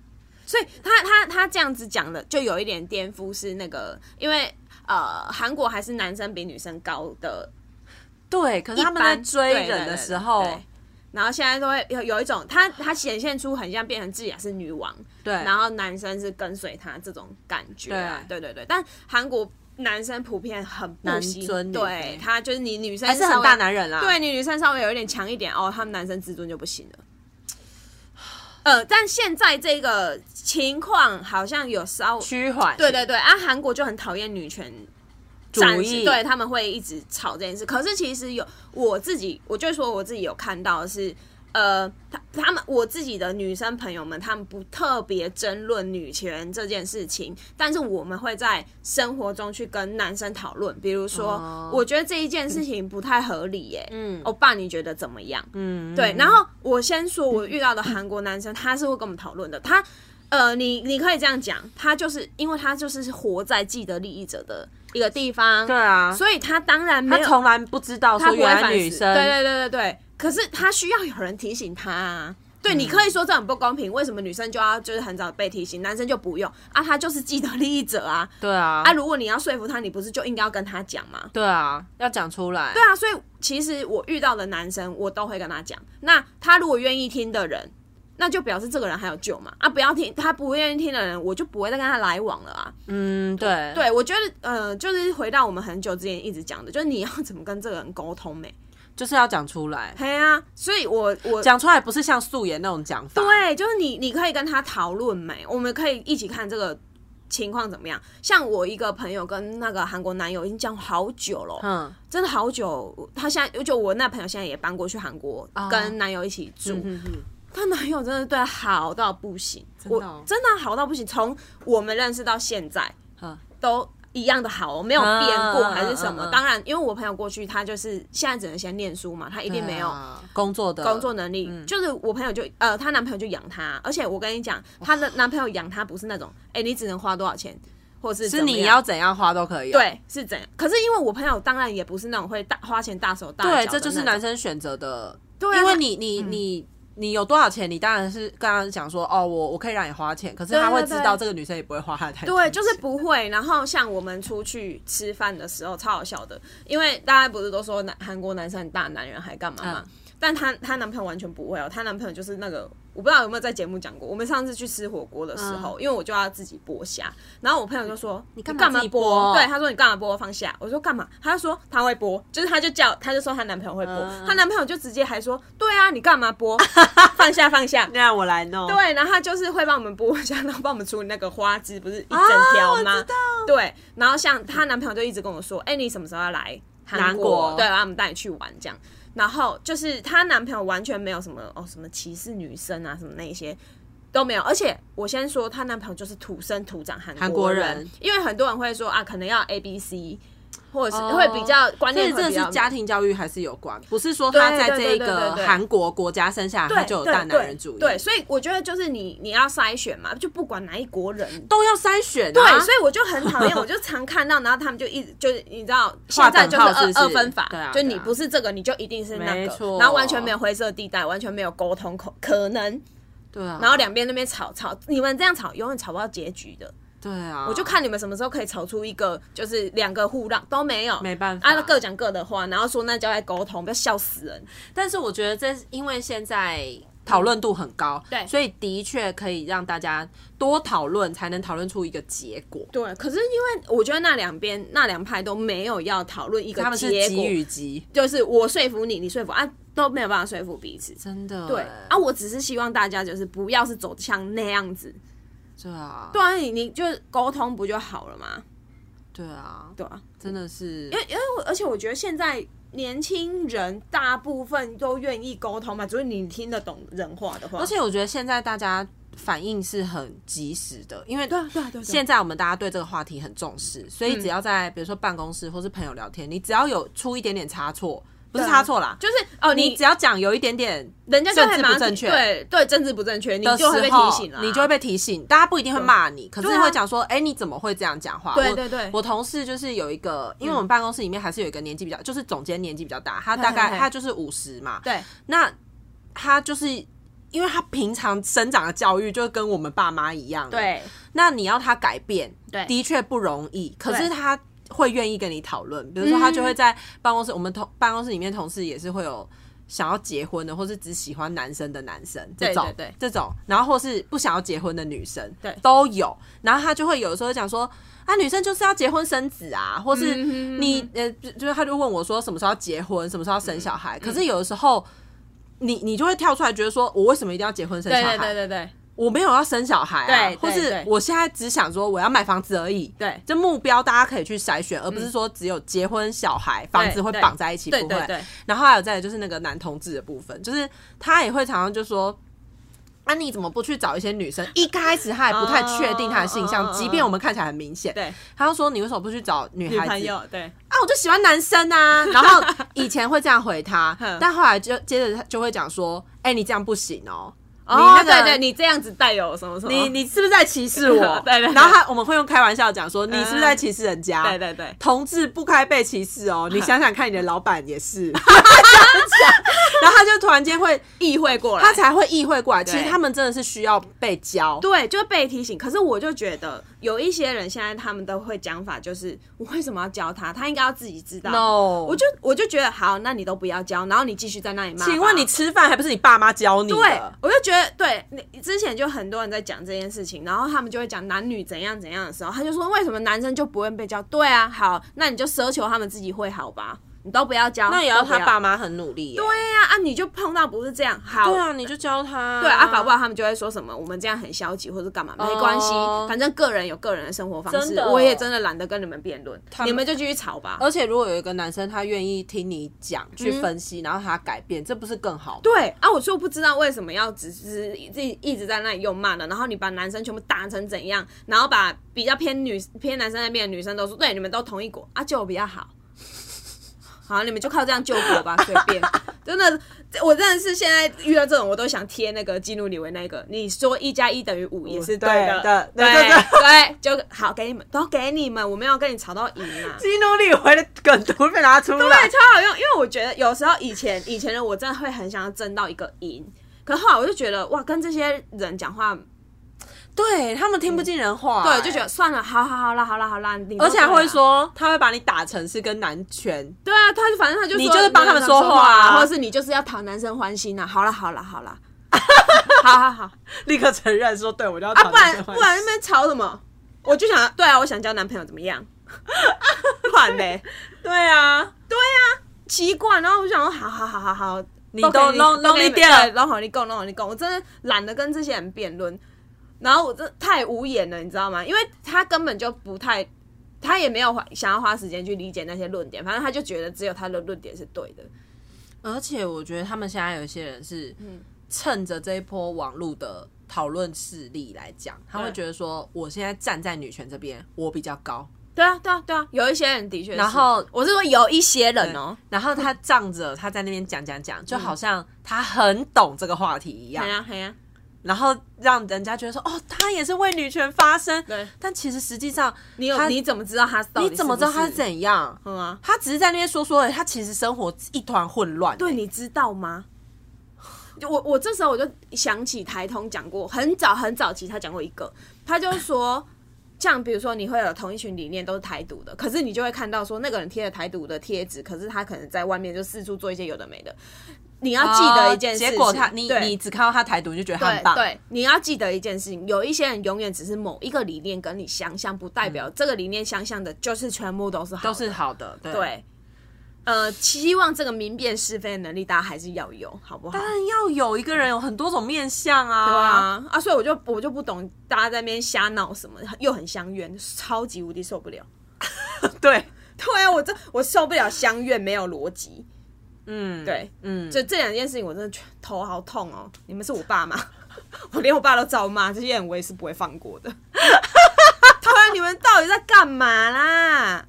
Speaker 1: 所以他他他这样子讲的，就有一点颠覆是那个，因为呃，韩国还是男生比女生高的，
Speaker 2: 对。可是他们在追人的时候，
Speaker 1: 对对对对然后现在都会有有一种他他显现出很像变成智雅是女王，
Speaker 2: 对
Speaker 1: 然后男生是跟随她这种感觉啊，对对对，但韩国。男生普遍很不喜
Speaker 2: 男尊女卑
Speaker 1: 对他就是你女生
Speaker 2: 还是
Speaker 1: 稍
Speaker 2: 很
Speaker 1: 微
Speaker 2: 大男人啦。啊
Speaker 1: 对你女生稍微有一点强一点哦，他们男生自尊就不行了。呃，但现在这个情况好像有稍，
Speaker 2: 趋缓，
Speaker 1: 对对对啊，韩国就很讨厌女权
Speaker 2: 主
Speaker 1: 战士，
Speaker 2: 义，
Speaker 1: 对他们会一直吵这件事。可是其实有我自己，我就说我自己有看到的是，呃，他他们我自己的女生朋友们，他们不特别争论女权这件事情，但是我们会在生活中去跟男生讨论，比如说，
Speaker 2: 哦
Speaker 1: 我觉得这一件事情不太合理耶、
Speaker 2: 嗯
Speaker 1: 欧巴你觉得怎么样？
Speaker 2: 嗯，
Speaker 1: 对，然后我先说，我遇到的韩国男生，他是会跟我们讨论的。他，呃，你你可以这样讲，他就是因为他就是活在既得利益者的一个地方，
Speaker 2: 对，啊，
Speaker 1: 所以他当然没
Speaker 2: 他
Speaker 1: 有，
Speaker 2: 从来不知道
Speaker 1: 他
Speaker 2: 说
Speaker 1: 不会
Speaker 2: 原
Speaker 1: 反
Speaker 2: 来
Speaker 1: 思
Speaker 2: 女生
Speaker 1: 对对对对对。可是他需要有人提醒他
Speaker 2: 嗯
Speaker 1: 啊。对，你可以说这很不公平，为什么女生就要就是很早被提醒，男生就不用啊？他就是既得利益者啊！
Speaker 2: 对啊
Speaker 1: 啊，，如果你要说服他，你不是就应该要跟他讲吗？
Speaker 2: 对啊，要讲出来，
Speaker 1: 对啊，所以其实我遇到的男生，我都会跟他讲。那他如果愿意听的人，那就表示这个人还有救嘛。啊，不要听他不愿意听的人，我就不会再跟他来往了啊。
Speaker 2: 嗯，对，
Speaker 1: 对，我觉得呃，就是回到我们很久之前一直讲的，就是你要 怎么跟这个人沟通没、
Speaker 2: 就是要讲出来，
Speaker 1: 嘿啊，所以我我
Speaker 2: 讲出来不是像素颜那种讲法，
Speaker 1: 对，就是你你可以跟他讨论没，我们可以一起看这个。情况怎么样？像我一个朋友跟那个韩国男友已经讲好久了，
Speaker 2: 嗯，
Speaker 1: 真的好久，她现在就我那朋友现在也搬过去韩国，跟男友一起住。
Speaker 2: 啊嗯嗯
Speaker 1: 她、男友真的对她好到不行，
Speaker 2: 的哦
Speaker 1: 我真的好到不行。从我们认识到现在，
Speaker 2: 嗯
Speaker 1: 都一样的好，没有变过
Speaker 2: 嗯嗯嗯
Speaker 1: 还是什么。
Speaker 2: 嗯嗯
Speaker 1: 当然，因为我朋友过去，他就是现在只能先念书嘛，他一定没有。
Speaker 2: 啊嗯工作的
Speaker 1: 工作能力，就是我朋友就呃，她男朋友就养她，而且我跟你讲，她
Speaker 2: 哦
Speaker 1: 的男朋友养她不是那种，哎、你只能花多少钱，或是
Speaker 2: 是
Speaker 1: 怎么
Speaker 2: 你
Speaker 1: 样
Speaker 2: 要怎样花都可以哦、
Speaker 1: 对，是怎样？可是因为我朋友当然也不是那种会大花钱大手大脚的那
Speaker 2: 对，
Speaker 1: 种，
Speaker 2: 这就是男生选择的，
Speaker 1: 对啊
Speaker 2: 因为你你你。你有多少钱？你当然是刚刚讲说哦，我我可以让你花钱，可是他会知道
Speaker 1: 对对对
Speaker 2: 这个女生也不会花他太多
Speaker 1: 对，
Speaker 2: 钱。
Speaker 1: 就是不会。然后像我们出去吃饭的时候，超好笑的，因为大家不是都说男韩国男生很大男人还干嘛嘛？
Speaker 2: 嗯
Speaker 1: 但她她男朋友完全不会哦，她男朋友就是那个，我不知道有没有在节目讲过。我们上次去吃火锅的时候，因为我就要自己剥虾，然后我朋友就说：“你
Speaker 2: 嗯干嘛
Speaker 1: 干嘛
Speaker 2: 自己剥
Speaker 1: 剥？”对，他说：“你干嘛剥？放下。”我说：“干嘛？”他就说：“他会剥。”就是他就叫，他就说她男朋友会剥，
Speaker 2: 嗯
Speaker 1: 她、男朋友就直接还说：“对啊，你干嘛剥？放下，放下。”
Speaker 2: 那我来弄。
Speaker 1: 对，然后他就是会帮我们剥一下，然后帮我们处理那个花枝，不是一
Speaker 2: 哦
Speaker 1: 整条吗？对，然后像她男朋友就一直跟我说：“哎、你什么时候要来韩
Speaker 2: 韩国
Speaker 1: 对，然后我们带你去玩这样。”然后就是她男朋友完全没有什么哦，什么歧视女生啊，什么那一些都没有。而且我先说，她男朋友就是土生土长韩
Speaker 2: 韩
Speaker 1: 国
Speaker 2: 国
Speaker 1: 人，
Speaker 2: 人
Speaker 1: 因为很多人会说啊，可能要 A B C，或者是
Speaker 2: 哦
Speaker 1: 会比较观
Speaker 2: 所以
Speaker 1: 念
Speaker 2: 这
Speaker 1: 会
Speaker 2: 个
Speaker 1: 比较
Speaker 2: 是家庭教育还是有关，不是说他
Speaker 1: 对
Speaker 2: 在
Speaker 1: 对
Speaker 2: 这
Speaker 1: 对
Speaker 2: 一个
Speaker 1: 对对
Speaker 2: 韩国国家生下来，他
Speaker 1: 对
Speaker 2: 就有
Speaker 1: 对
Speaker 2: 大男人主义，
Speaker 1: 对，对，所以我觉得就是你你要筛选嘛，就不管哪一国人，
Speaker 2: 都要筛选、啊。
Speaker 1: 对，所以我就很讨 厌，我就常看到，然后他们就一直就是你知道，现在就是
Speaker 2: 划等号
Speaker 1: 二
Speaker 2: 是不是
Speaker 1: 二分法
Speaker 2: 对啊，
Speaker 1: 就
Speaker 2: 对
Speaker 1: 你
Speaker 2: 啊
Speaker 1: 不是这个，你就一定是那
Speaker 2: 没
Speaker 1: 个，
Speaker 2: 错
Speaker 1: 然后完全没有灰色地带，完全没有沟通可可能，
Speaker 2: 对啊，
Speaker 1: 然后两边那边吵吵，你们这样吵永远吵不到结局的。
Speaker 2: 对啊，
Speaker 1: 我就看你们什么时候可以吵出一个，就是两个互让都没有，
Speaker 2: 没办法
Speaker 1: 啊，各讲各的话，然后说那叫在沟通，不要笑死人。
Speaker 2: 但是我觉得这是因为现在讨论度很高，
Speaker 1: 嗯对
Speaker 2: 所以的确可以让大家多讨论，才能讨论出一个结果。
Speaker 1: 对，可是因为我觉得那两边那两派都没有要讨论一个
Speaker 2: 他们是
Speaker 1: 结
Speaker 2: 急
Speaker 1: 果，
Speaker 2: 与急，
Speaker 1: 就是我说服你，你说服啊，都没有办法说服彼此。
Speaker 2: 真的欸
Speaker 1: 对啊，我只是希望大家就是不要是走向那样子，
Speaker 2: 对啊，
Speaker 1: 对啊，你你就沟通不就好了嘛，
Speaker 2: 对啊，
Speaker 1: 对啊，
Speaker 2: 真的是
Speaker 1: 因为因为我而且我觉得现在年轻人大部分都愿意沟通嘛，只是你听得懂人话的话，
Speaker 2: 而且我觉得现在大家反应是很及时的，因为
Speaker 1: 对啊对嗯啊对啊，
Speaker 2: 现在我们大家对这个话题很重视，所以只要在比如说办公室或是朋友聊天，你只要有出一点点差错，不是差错
Speaker 1: 啊
Speaker 2: 啦，
Speaker 1: 就是哦，
Speaker 2: 你只要讲有一点点
Speaker 1: 人家就
Speaker 2: 政
Speaker 1: 会
Speaker 2: 治
Speaker 1: 马
Speaker 2: 不
Speaker 1: 上
Speaker 2: 正确
Speaker 1: 对对，政治不正确，你
Speaker 2: 的时
Speaker 1: 就
Speaker 2: 候，
Speaker 1: 会被提醒了啊，
Speaker 2: 你就会被提醒。大家不一定会骂你，可是
Speaker 1: 对啊
Speaker 2: 会讲说，哎、你怎么会这样讲话？
Speaker 1: 对
Speaker 2: 我
Speaker 1: 对对嗯
Speaker 2: 我同事就是有一个，因为我们办公室里面还是有一个年纪比较，就是总监年纪比较大，他大
Speaker 1: 嘿嘿
Speaker 2: 概
Speaker 1: 嘿
Speaker 2: 他就是五十嘛，
Speaker 1: 对
Speaker 2: 那他就是因为他平常生长的教育就跟我们爸妈一样，。
Speaker 1: 对
Speaker 2: 那你要他改变，
Speaker 1: 对
Speaker 2: 的确不容易，可
Speaker 1: 对
Speaker 2: 是
Speaker 1: 嗯
Speaker 2: 他会愿意跟你讨论，比如说他就会在办公室，我们同办公室里面同事也是会有。想要结婚的，或是只喜欢男生的男生，这
Speaker 1: 对
Speaker 2: 种
Speaker 1: 对对
Speaker 2: 这种，然后或是不想要结婚的女生，
Speaker 1: 对
Speaker 2: 都有。然后他就会有时候讲说，啊，女生就是要结婚生子啊，或
Speaker 1: 嗯
Speaker 2: 是你、呃，就就是他就问我说什么时候要结婚，什么时候要生小
Speaker 1: 嗯
Speaker 2: 孩。可是有的时候，你你就会跳出来觉得说，我为什么一定要结婚生小
Speaker 1: 对
Speaker 2: 孩？
Speaker 1: 对对对对
Speaker 2: 我没有要生小孩啊，
Speaker 1: 对对
Speaker 2: 或是
Speaker 1: 对
Speaker 2: 我现在只想说我要买房子而已。
Speaker 1: 对
Speaker 2: 这目标大家可以去筛选，而不是说只有结婚、小孩、房子会绑在一
Speaker 1: 嗯
Speaker 2: 起，
Speaker 1: 对
Speaker 2: 不
Speaker 1: 对
Speaker 2: 会。
Speaker 1: 对，
Speaker 2: 然后还有再来就是那个男同志的部分，就是他也会常常就说。啊，你怎么不去找一些女生？一开始他也不太确定他的性
Speaker 1: 哦哦
Speaker 2: 向，
Speaker 1: 哦
Speaker 2: 即便我们看起来很明显，
Speaker 1: 对，
Speaker 2: 他就说你为什么不去找女
Speaker 1: 女
Speaker 2: 孩
Speaker 1: 朋
Speaker 2: 子？
Speaker 1: 友对
Speaker 2: 啊，我就喜欢男 生啊。然后以前会这样回他
Speaker 1: 哼，
Speaker 2: 但后来就接着他就会讲说，哎、你这样不行哦、你
Speaker 1: 哦
Speaker 2: 那个
Speaker 1: 对对，你这样子带有什么什么，？
Speaker 2: 你你是不是在歧视我
Speaker 1: 对对对嗯
Speaker 2: 然后他我们会用开玩笑讲说，你是不是在歧视人家？
Speaker 1: 对对对，
Speaker 2: 同志不该被歧 视哦，你想想看，你的老板也是这样讲，然后他就突然 间会，
Speaker 1: 意会过来，
Speaker 2: 他才会意会过来，其
Speaker 1: 对
Speaker 2: 实他们真的是需要被教。
Speaker 1: 对，就被提醒。可是我就觉得有一些人现在他们都会讲法，就是我为什么要教他？他应该要自己知道。
Speaker 2: No
Speaker 1: 我就我就觉得好，那你都不要教，然后你继续在那里骂吧。
Speaker 2: 请问你吃饭还不是你爸妈教你的？
Speaker 1: 啊对，我就觉得对你之前就很多人在讲这件事情，然后他们就会讲男女怎样怎样的时候，他就说为什么男生就不会被教？对啊，好，那你就奢求他们自己会好吧，你都不要教，
Speaker 2: 那也要
Speaker 1: 都不
Speaker 2: 他爸妈很努力耶。
Speaker 1: 对呀、啊，你就碰到不是这样，好，
Speaker 2: 对啊，你就教他。
Speaker 1: 对啊，搞不好他们就会说什么我们这样很消极，或者干嘛？没关系
Speaker 2: 哦，
Speaker 1: 反正个人有个人的生活方
Speaker 2: 真
Speaker 1: 式，
Speaker 2: 的哦
Speaker 1: 我也真的懒得跟你们辩论，
Speaker 2: 们
Speaker 1: 你们就继续吵吧。
Speaker 2: 而且如果有一个男生他愿意听你讲去分析，然后他改变，这不是更好吗？
Speaker 1: 嗯对啊，我就不知道为什么要只是自己一直在那里用骂的，然后你把男生全部打成怎样，然后把比较偏女偏男生那边的女生都说，对，你们都同一国啊，救我比较好。好，你们就靠这样救国吧，随便。真的，我真的是现在遇到这种，我都想贴那个激怒李维那个，你说一加一等于五也是对的，
Speaker 2: 对
Speaker 1: 对
Speaker 2: 对对
Speaker 1: 对，就好给你们，都给你们，我没有跟你吵到赢啊。
Speaker 2: 基努里维的梗图被拿出
Speaker 1: 对，
Speaker 2: 来，
Speaker 1: 超好用，因为我觉得有时候以前以前的我真的会很想要争到一个赢，可是后来我就觉得哇，跟这些人讲话，
Speaker 2: 对他们听不进人话、哎
Speaker 1: 对，就觉得算了，好好好啦，好啦好啦，你都
Speaker 2: 而且还
Speaker 1: 对啊
Speaker 2: 会，说他会把你打成是跟男权，
Speaker 1: 对啊，他就反正他就说
Speaker 2: 你就是帮他们说话啊
Speaker 1: 啊，或者是你就是要讨男生欢心呐、啊，好啦好啦好啦，好好好
Speaker 2: 立刻承认说对我就要
Speaker 1: 啊，
Speaker 2: 讨
Speaker 1: 不
Speaker 2: 男
Speaker 1: 然
Speaker 2: 生欢
Speaker 1: 不
Speaker 2: 喜
Speaker 1: 然那边吵什么？我就想对啊，我想交男朋友怎么样？不然嘞，
Speaker 2: 对啊，
Speaker 1: 奇怪，然后我就想说，好好好好好，
Speaker 2: 你
Speaker 1: 都
Speaker 2: 都弄弄你
Speaker 1: 你
Speaker 2: 掉，
Speaker 1: 对弄好你讲，弄好你讲，我真的懒得跟这些人辩论，然后我真的太无言了，你知道吗？因为他根本就不太，他也没有花想要花时间去理解那些论点，反正他就觉得只有他的论点是对的，
Speaker 2: 而且我觉得他们现在有一些人是趁着这一波网络的讨论势力来讲，他会
Speaker 1: 对
Speaker 2: 觉得说我现在站在女权这边，我比较高，
Speaker 1: 对啊，对啊，对啊，有一些人的确是，
Speaker 2: 然后
Speaker 1: 我是说有一些人哦、
Speaker 2: 然后他仗着他在那边讲讲讲，就好像他很懂这个话题一样
Speaker 1: 对，啊，对啊，
Speaker 2: 然后让人家觉得说，哦，他也是为女权发声。
Speaker 1: 对
Speaker 2: 但其实实际上，
Speaker 1: 你有
Speaker 2: 他
Speaker 1: 你怎么知道他到底
Speaker 2: 你
Speaker 1: 是不是？
Speaker 2: 怎么知道他是怎样？
Speaker 1: 嗯啊？
Speaker 2: 他只是在那边说说而已，他其实生活一团混乱。欸
Speaker 1: 对，，你知道吗？就我我这时候我就想起台通讲过，很早很早期他讲过一个，他就说， 像比如说你会有同一群理念都是台独的，可是你就会看到说那个人贴了台独的贴纸，可是他可能在外面就四处做一些有的没的。你要记得一件事情，
Speaker 2: 啊哦结果他你
Speaker 1: 对
Speaker 2: 你只看到他台独，你就觉得他很
Speaker 1: 对
Speaker 2: 棒。
Speaker 1: 对，你要记得一件事情，有一些人永远只是某一个理念跟你相像，不代
Speaker 2: 嗯
Speaker 1: 表这个理念相像的，就是全部都是好的
Speaker 2: 都是好的。对，
Speaker 1: 对。呃，希望这个明辨是非的能力大家还是要有，好不好？
Speaker 2: 当然要有一个人有很多种面相啊。
Speaker 1: 对，啊，啊，所以我就我就不懂大家在那边瞎闹什么，又很相怨，超级无敌受不了。
Speaker 2: 对，
Speaker 1: 对啊，我这我受不了相怨没有逻辑。
Speaker 2: 嗯，
Speaker 1: 对，
Speaker 2: 嗯，
Speaker 1: 就这两件事情，我真的觉得头好痛哦。你们是我爸妈， 我连我爸都照骂，这些人我也是 不会放过的。对啊，你们到底在干嘛啦？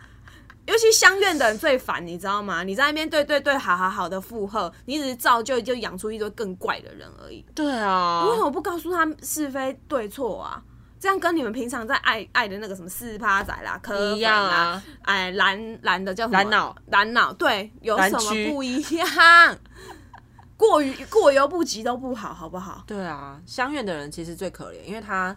Speaker 1: 尤其相怨的人最烦，你知道吗？你在那边对对对，好好好的附和，你只是造就就养出一堆更怪的人而已。
Speaker 2: 对啊，
Speaker 1: 为什么不告诉他是非对错啊？这样跟你们平常在爱爱的那个什么四趴仔啦、科粉
Speaker 2: 一样
Speaker 1: 啦
Speaker 2: 啊、
Speaker 1: 哎蓝蓝的叫什么
Speaker 2: 蓝脑、
Speaker 1: 蓝脑，对，有
Speaker 2: 蓝
Speaker 1: 什么
Speaker 2: 区
Speaker 1: 不一样？ 过于过犹不及都不好，好不好？
Speaker 2: 对啊，相怨的人其实最可怜，因为他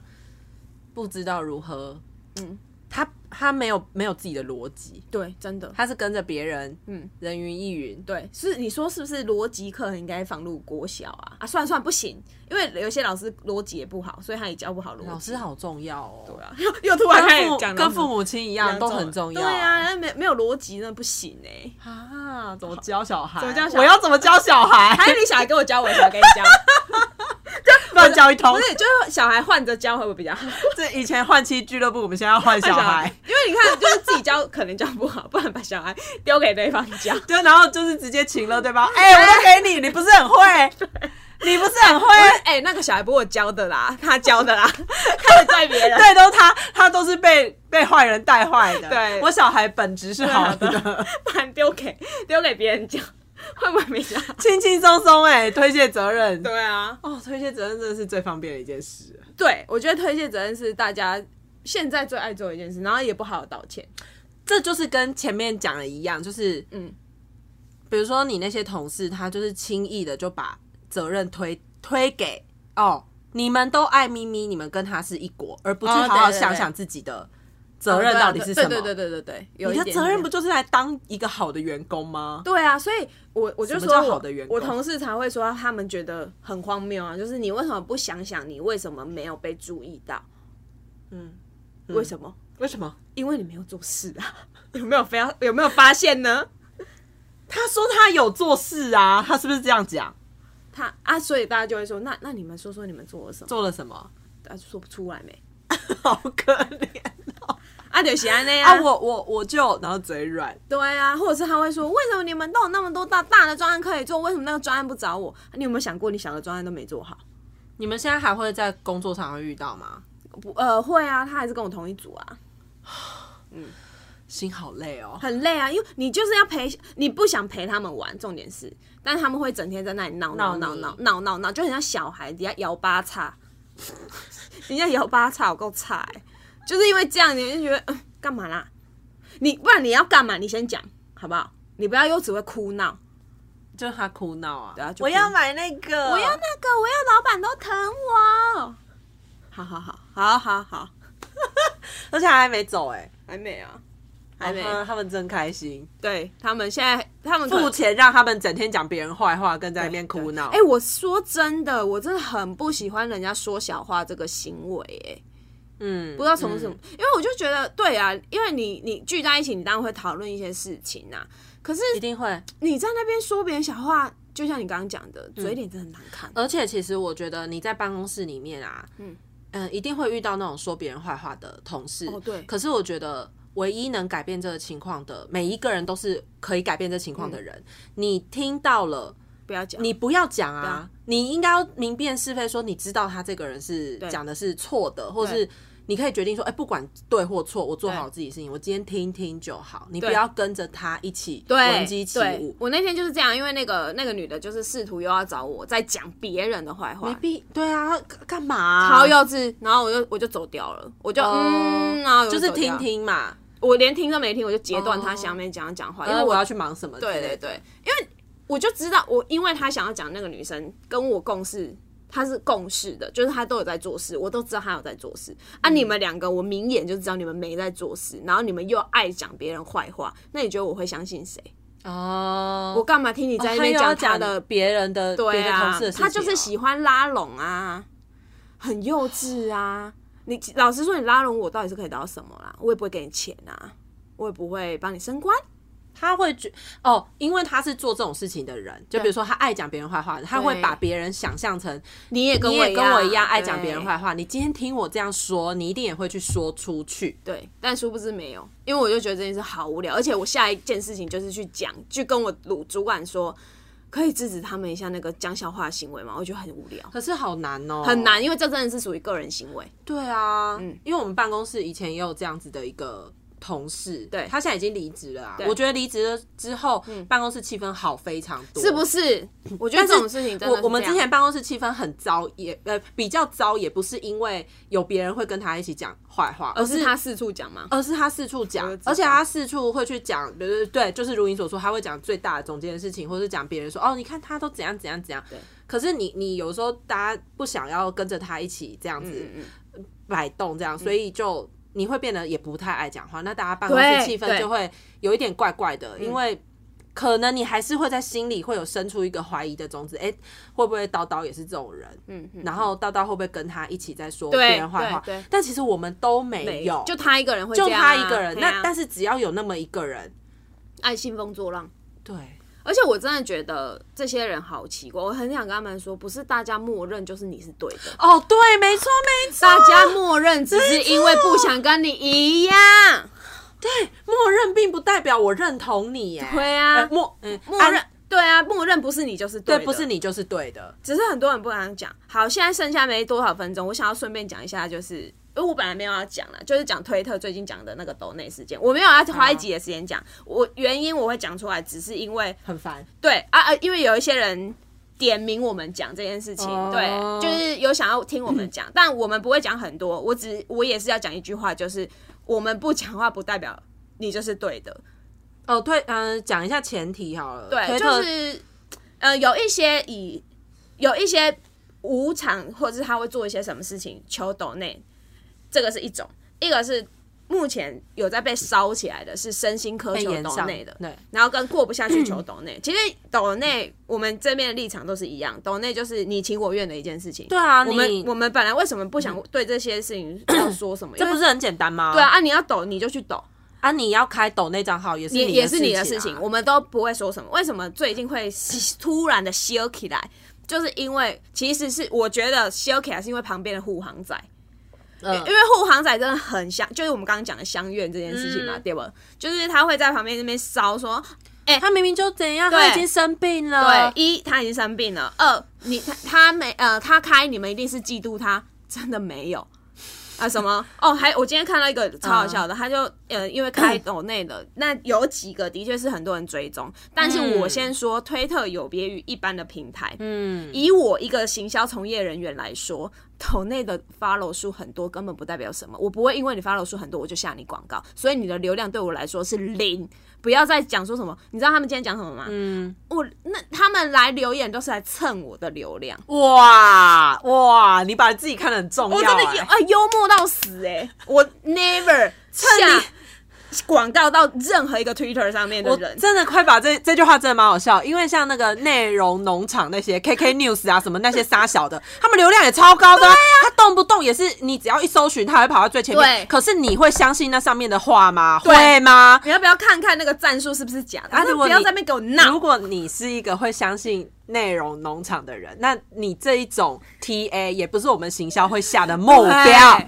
Speaker 2: 不知道如何，
Speaker 1: 嗯
Speaker 2: 嗯，他他没有没有自己的逻辑，
Speaker 1: 对，真的，
Speaker 2: 他是跟着别人，
Speaker 1: 嗯
Speaker 2: 嗯，人云亦云，
Speaker 1: 对，是你说是不是逻辑课应该放入国小啊？啊，算了算了不行，因为有些老师逻辑也不好，所以他也教不好逻辑。
Speaker 2: 老师好重要哦，
Speaker 1: 啊，又又突然开
Speaker 2: 跟
Speaker 1: 始
Speaker 2: 父
Speaker 1: 讲
Speaker 2: 跟
Speaker 1: 老师
Speaker 2: 父母亲一样都很重要，
Speaker 1: 对啊，那没没有逻辑那不行哎、
Speaker 2: 啊，怎么教小孩？
Speaker 1: 怎么教小孩
Speaker 2: 我要怎么教小 孩？
Speaker 1: 还是你小孩跟我教，我也小孩跟你 教，
Speaker 2: 乱教一通
Speaker 1: 不。是，就是小孩换着教会不会比较好？
Speaker 2: 这以前换妻俱乐部，我们现在要换小孩，
Speaker 1: 因为你看，就是自己教可能教不好，不然把小孩丢给对方教。
Speaker 2: 对，啊然后就是直接请了，对 吧？哎，我都给你，你不是 很会，你不是很会。
Speaker 1: 哎、那个小孩不是我教的啦，他教 的啦，开始怪别人。
Speaker 2: 对，都是他，他都是被被坏人带坏的。
Speaker 1: 对
Speaker 2: 我小孩本质是好的，
Speaker 1: 不然丢给丢给别人教，会不会没教？
Speaker 2: 轻轻松松哎，推卸责任。
Speaker 1: 对啊，
Speaker 2: 哦，推卸责任真的是最方便的一件事。
Speaker 1: 对，我觉得推卸责任是大家现在最爱做的一件事，然后也不好好道歉。
Speaker 2: 这就是跟前面讲的一样，就是
Speaker 1: 嗯
Speaker 2: 嗯，比如说你那些同事，他就是轻易的就把责任推推给哦，你们都爱咪咪，你们跟他是一国，而不去
Speaker 1: 哦
Speaker 2: 好好
Speaker 1: 对对
Speaker 2: 想
Speaker 1: 对
Speaker 2: 想自己的责任到底是什么。
Speaker 1: 对对对对对对，有一
Speaker 2: 你
Speaker 1: 点
Speaker 2: 的责任
Speaker 1: 点
Speaker 2: 不就是来当一个好的员工吗？
Speaker 1: 对啊，所以我我就
Speaker 2: 什
Speaker 1: 说
Speaker 2: 么叫
Speaker 1: 我
Speaker 2: 好的员工
Speaker 1: 我同事才会说他们觉得很荒谬啊，就是你为什么不想想你为什么没有被注意到？
Speaker 2: 嗯，
Speaker 1: 为什么？
Speaker 2: 为什么？
Speaker 1: 因为你没有做事啊，有没有非要有没有发现呢？
Speaker 2: 他说他有做事啊，他是不是这样讲？
Speaker 1: 他啊，所以大家就会说，那那你们说说你们做了什么？
Speaker 2: 做了什么？
Speaker 1: 啊，说不出来没？
Speaker 2: 好可怜哦！
Speaker 1: 啊，就是安那
Speaker 2: 啊，我我我就然后嘴软，
Speaker 1: 对啊，或者是他会说，为什么你们都有那么多大大的专案可以做，为什么那个专案不找我？啊你有没有想过，你小的专案都没做好？
Speaker 2: 你们现在还会在工作上会遇到吗？
Speaker 1: 不，呃，会啊，他还是跟我同一组啊，
Speaker 2: 心好累哦。
Speaker 1: 很累啊，因为你就是要陪，你不想陪他们玩，重点是，但他们会整天在那里闹闹闹
Speaker 2: 闹你
Speaker 1: 闹闹闹闹，就很像小孩底下摇八叉， 人家摇八叉，我够差、欸，就是因为这样，你就觉得嗯干、嘛啦？你不然你要干嘛？你先讲好不好？你不要又只会哭闹，
Speaker 2: 就是他哭闹啊，
Speaker 1: 对啊就哭
Speaker 2: 我要买那个，
Speaker 1: 我要那个，我要老板都疼我。好好好，好好好，
Speaker 2: 而且还没走哎、
Speaker 1: 还没啊，还没。
Speaker 2: 嗯他们真开心，
Speaker 1: 对他们现在，他们可能
Speaker 2: 付钱让他们整天讲别人坏话，跟在那边哭闹。
Speaker 1: 哎、我说真的，我真的很不喜欢人家说小话这个行为、哎，
Speaker 2: 嗯，
Speaker 1: 不知道从什么，因为我就觉得，对啊，因为你你聚在一起，你当然会讨论一些事情啊。可是
Speaker 2: 一定会。
Speaker 1: 你在那边说别人小话，就像你刚刚讲的，
Speaker 2: 嗯
Speaker 1: 嘴脸真的很难看。
Speaker 2: 而且其实我觉得你在办公室里面啊，
Speaker 1: 嗯
Speaker 2: 嗯一定会遇到那种说别人坏话的同事。
Speaker 1: 哦对
Speaker 2: 可是我觉得唯一能改变这个情况的，每一个人都是可以改变这情况的人。你听到了。
Speaker 1: 不要讲，
Speaker 2: 你不要讲
Speaker 1: 对
Speaker 2: 啊
Speaker 1: 啊，
Speaker 2: 你应该要明辨是非，说你知道他这个人是讲的是错的，或是你可以决定说，哎、不管对或错，我做好自己的事情，我今天听听就好，你不要跟着他一起闻鸡
Speaker 1: 对
Speaker 2: 起
Speaker 1: 对
Speaker 2: 舞，，
Speaker 1: 我那天就是这样，因为那个那个女的，就是试图又要找我在讲别人的坏话，
Speaker 2: 没必对啊，干干嘛啊、哦
Speaker 1: 超幼稚，然后我就我就走掉了，我就、嗯，然后我
Speaker 2: 就是
Speaker 1: 走掉
Speaker 2: 听，哦听嘛，
Speaker 1: 我连听都没听，我就截断他下面讲讲话，因
Speaker 2: 因
Speaker 1: 为
Speaker 2: 为
Speaker 1: 我
Speaker 2: 我要去忙什么之类
Speaker 1: 对
Speaker 2: 的，
Speaker 1: 对对，因为我就知道我因为他想要讲那个女生跟我共事，他是共事的，就是他都有在做事，我都知道他有在做事啊。
Speaker 2: 嗯
Speaker 1: 你们两个，我明眼就知道你们没在做事，然后你们又爱讲别人坏话，那你觉得我会相信谁？
Speaker 2: 哦，
Speaker 1: 我干嘛听你在那边
Speaker 2: 他又
Speaker 1: 讲他
Speaker 2: 要讲
Speaker 1: 的
Speaker 2: 的别人的
Speaker 1: 对
Speaker 2: 别的同
Speaker 1: 啊
Speaker 2: 事的，事情
Speaker 1: 他就是
Speaker 2: 哦
Speaker 1: 喜欢拉拢啊，很幼稚啊。你老实说，你拉拢我到底是可以得到什么啦？我也不会给你钱啊，我也不会帮你升官。
Speaker 2: 他会觉哦，因为他是做这种事情的人，就比如说他爱讲别人坏话，他会把别人想象成
Speaker 1: 你也跟
Speaker 2: 你
Speaker 1: 我
Speaker 2: 也跟我一样爱
Speaker 1: 对
Speaker 2: 讲别人坏话。你今天听我这样说，你一定也会去说出去。
Speaker 1: 对，但殊不知没有，因为我就觉得这件事好无聊，而且我下一件事情就是去讲，去跟我主主管说，可以制止他们一下那个讲笑话的行为嘛，我觉得很无聊，
Speaker 2: 可是好难嗯哦，
Speaker 1: 很。难，因为这真的是属于个人行为。
Speaker 2: 对啊，因为我们办公室以前也有这样子的一个嗯同事，
Speaker 1: 对
Speaker 2: 他现在已经离职了啊。我觉得离职了之后，办公室气氛好非常多，
Speaker 1: 是不是？我觉得这种事情真的
Speaker 2: 我我们
Speaker 1: 是这
Speaker 2: 之
Speaker 1: 样
Speaker 2: 前办公室气氛很糟，也呃比较糟，也不是因为有别人会跟他一起讲坏话，而
Speaker 1: 而是他四处讲嘛，
Speaker 2: 呃而是他四处讲
Speaker 1: 就知，道
Speaker 2: 而且他四处会去讲，对对对，就是如你所说，他会讲最大的总结的事情，或是讲别人说哦，你看他都怎样怎样怎样。可是你你有时候大家不想要跟着他一起这样子
Speaker 1: 嗯
Speaker 2: 摆动，这样，所以就你会变得也不太爱讲话。那大家办公
Speaker 1: 对
Speaker 2: 室气氛
Speaker 1: 对嗯
Speaker 2: 就会有一点怪怪的，因为。可能你还是会在心里会有生出一个怀疑的种子，哎、会不会叨叨也是这种人？
Speaker 1: 嗯嗯，
Speaker 2: 然后叨叨会不会跟他一起在说别
Speaker 1: 对
Speaker 2: 人坏话
Speaker 1: 对对？
Speaker 2: 但其实我们都没有，
Speaker 1: 就他一个人会
Speaker 2: 就
Speaker 1: 这样啊，
Speaker 2: 他一个人。
Speaker 1: 对啊
Speaker 2: 那但是只要有那么一个人，
Speaker 1: 爱兴风作浪。
Speaker 2: 对，
Speaker 1: 而且我真的觉得这些人好奇怪，我很想跟他们说，不是大家默认就是你是对的，
Speaker 2: 哦，对，没错，没错，
Speaker 1: 大家默认只是因为不想跟你一样。
Speaker 2: 默认并不代表我认同你耶。
Speaker 1: 对啊
Speaker 2: 呃默嗯
Speaker 1: 默
Speaker 2: 安
Speaker 1: 认、对啊，默认不是你就是对
Speaker 2: 对，
Speaker 1: 的，
Speaker 2: 不是你就是对的。
Speaker 1: 只是很多人不想讲。好，现在剩下没多少分钟，我想要顺便讲一下，就是因为我本来没有要讲啦，就是讲推特最近讲的那个抖内事件，我没有要花一集的时间
Speaker 2: 哦
Speaker 1: 讲。我原因我会讲出来，只是因为
Speaker 2: 很烦，
Speaker 1: 对啊啊，因为有一些人。点名我们讲这件事情
Speaker 2: 哦
Speaker 1: 对，就是有想要听我们 讲，但我们不会讲很多。我只我也是要讲一句话，就是我们不讲话不代表你就是对的。
Speaker 2: 哦，对，嗯、讲一下前提好了。
Speaker 1: 对，
Speaker 2: 推
Speaker 1: 就
Speaker 2: 特
Speaker 1: 是呃，有一些以有一些无偿，或者是他会做一些什么事情求抖内，这个是一种；一个是目前有在被烧起来的是身心科
Speaker 2: 被
Speaker 1: 求
Speaker 2: 延
Speaker 1: 抖
Speaker 2: 上
Speaker 1: 内的，
Speaker 2: 对，
Speaker 1: 然后跟过不下去求抖内。其实抖内我们这边的立场都是一样，抖内就是你情我愿的一件事情。
Speaker 2: 对啊，
Speaker 1: 我们
Speaker 2: 你
Speaker 1: 我们本来为什么不想对这些事情要说什么？
Speaker 2: 这
Speaker 1: 因为
Speaker 2: 不是很简单吗？
Speaker 1: 对啊，啊你要抖你就去抖。
Speaker 2: 啊，你要开抖那账号也是
Speaker 1: 也也是你
Speaker 2: 的
Speaker 1: 的
Speaker 2: 事
Speaker 1: 事
Speaker 2: 情
Speaker 1: 情，
Speaker 2: 啊，
Speaker 1: 我们都不会说什么。为什么最近会突然的修起来？就是因为其实是我觉得修起来是因为旁边的护航仔，因
Speaker 2: 嗯
Speaker 1: 为护航仔真的很像，就是我们刚刚讲的相怨这件事情
Speaker 2: 嗯
Speaker 1: 嘛，对吧？就是他会在旁边那边烧说，
Speaker 2: 他明明就怎样，他已经生病了，
Speaker 1: 对，一他已经生病了，二你他他没呃他开你们一定是嫉妒他，真的没有。啊什么哦？还我今天看到一个超好笑的，他就呃，因为开抖内的， 那有几个的确是很多人追踪，但是我先说，推特有别于一般的平台，嗯，以我一个行销从业人员来说，抖内的 follow 数很多根本不代表什么，我不会因为你 follow 数很多我就下你广告，所以你的流量对我来说是零。不要再讲说什么，你知道他们今天讲什么吗？嗯，我那他们来留言都是来蹭我的流量，
Speaker 2: 哇哇，你把自己看得很重要、
Speaker 1: 我
Speaker 2: 欸，
Speaker 1: 真的有啊，幽默到死 哎、我 never 下广告到任何一个 Twitter 上面的
Speaker 2: 我
Speaker 1: 人，
Speaker 2: 真的快把这这句话真的蛮好笑，因为像那个内容农场那些 KK News 啊，什么那些沙 小的，他们流量也超高的、啊，他动不动也是你只要一搜寻，他会跑到最前面。
Speaker 1: 对
Speaker 2: 可是你会相信那上面的话吗？
Speaker 1: 对
Speaker 2: 会吗？
Speaker 1: 你要不要看看那个战术是不是假的？
Speaker 2: 啊
Speaker 1: 真的
Speaker 2: 如果
Speaker 1: 不
Speaker 2: 你
Speaker 1: 要在那边给我闹
Speaker 2: 如。果你是一个会相信内容农场的人，那你这一种 TA 也不是我们行销会下的目标。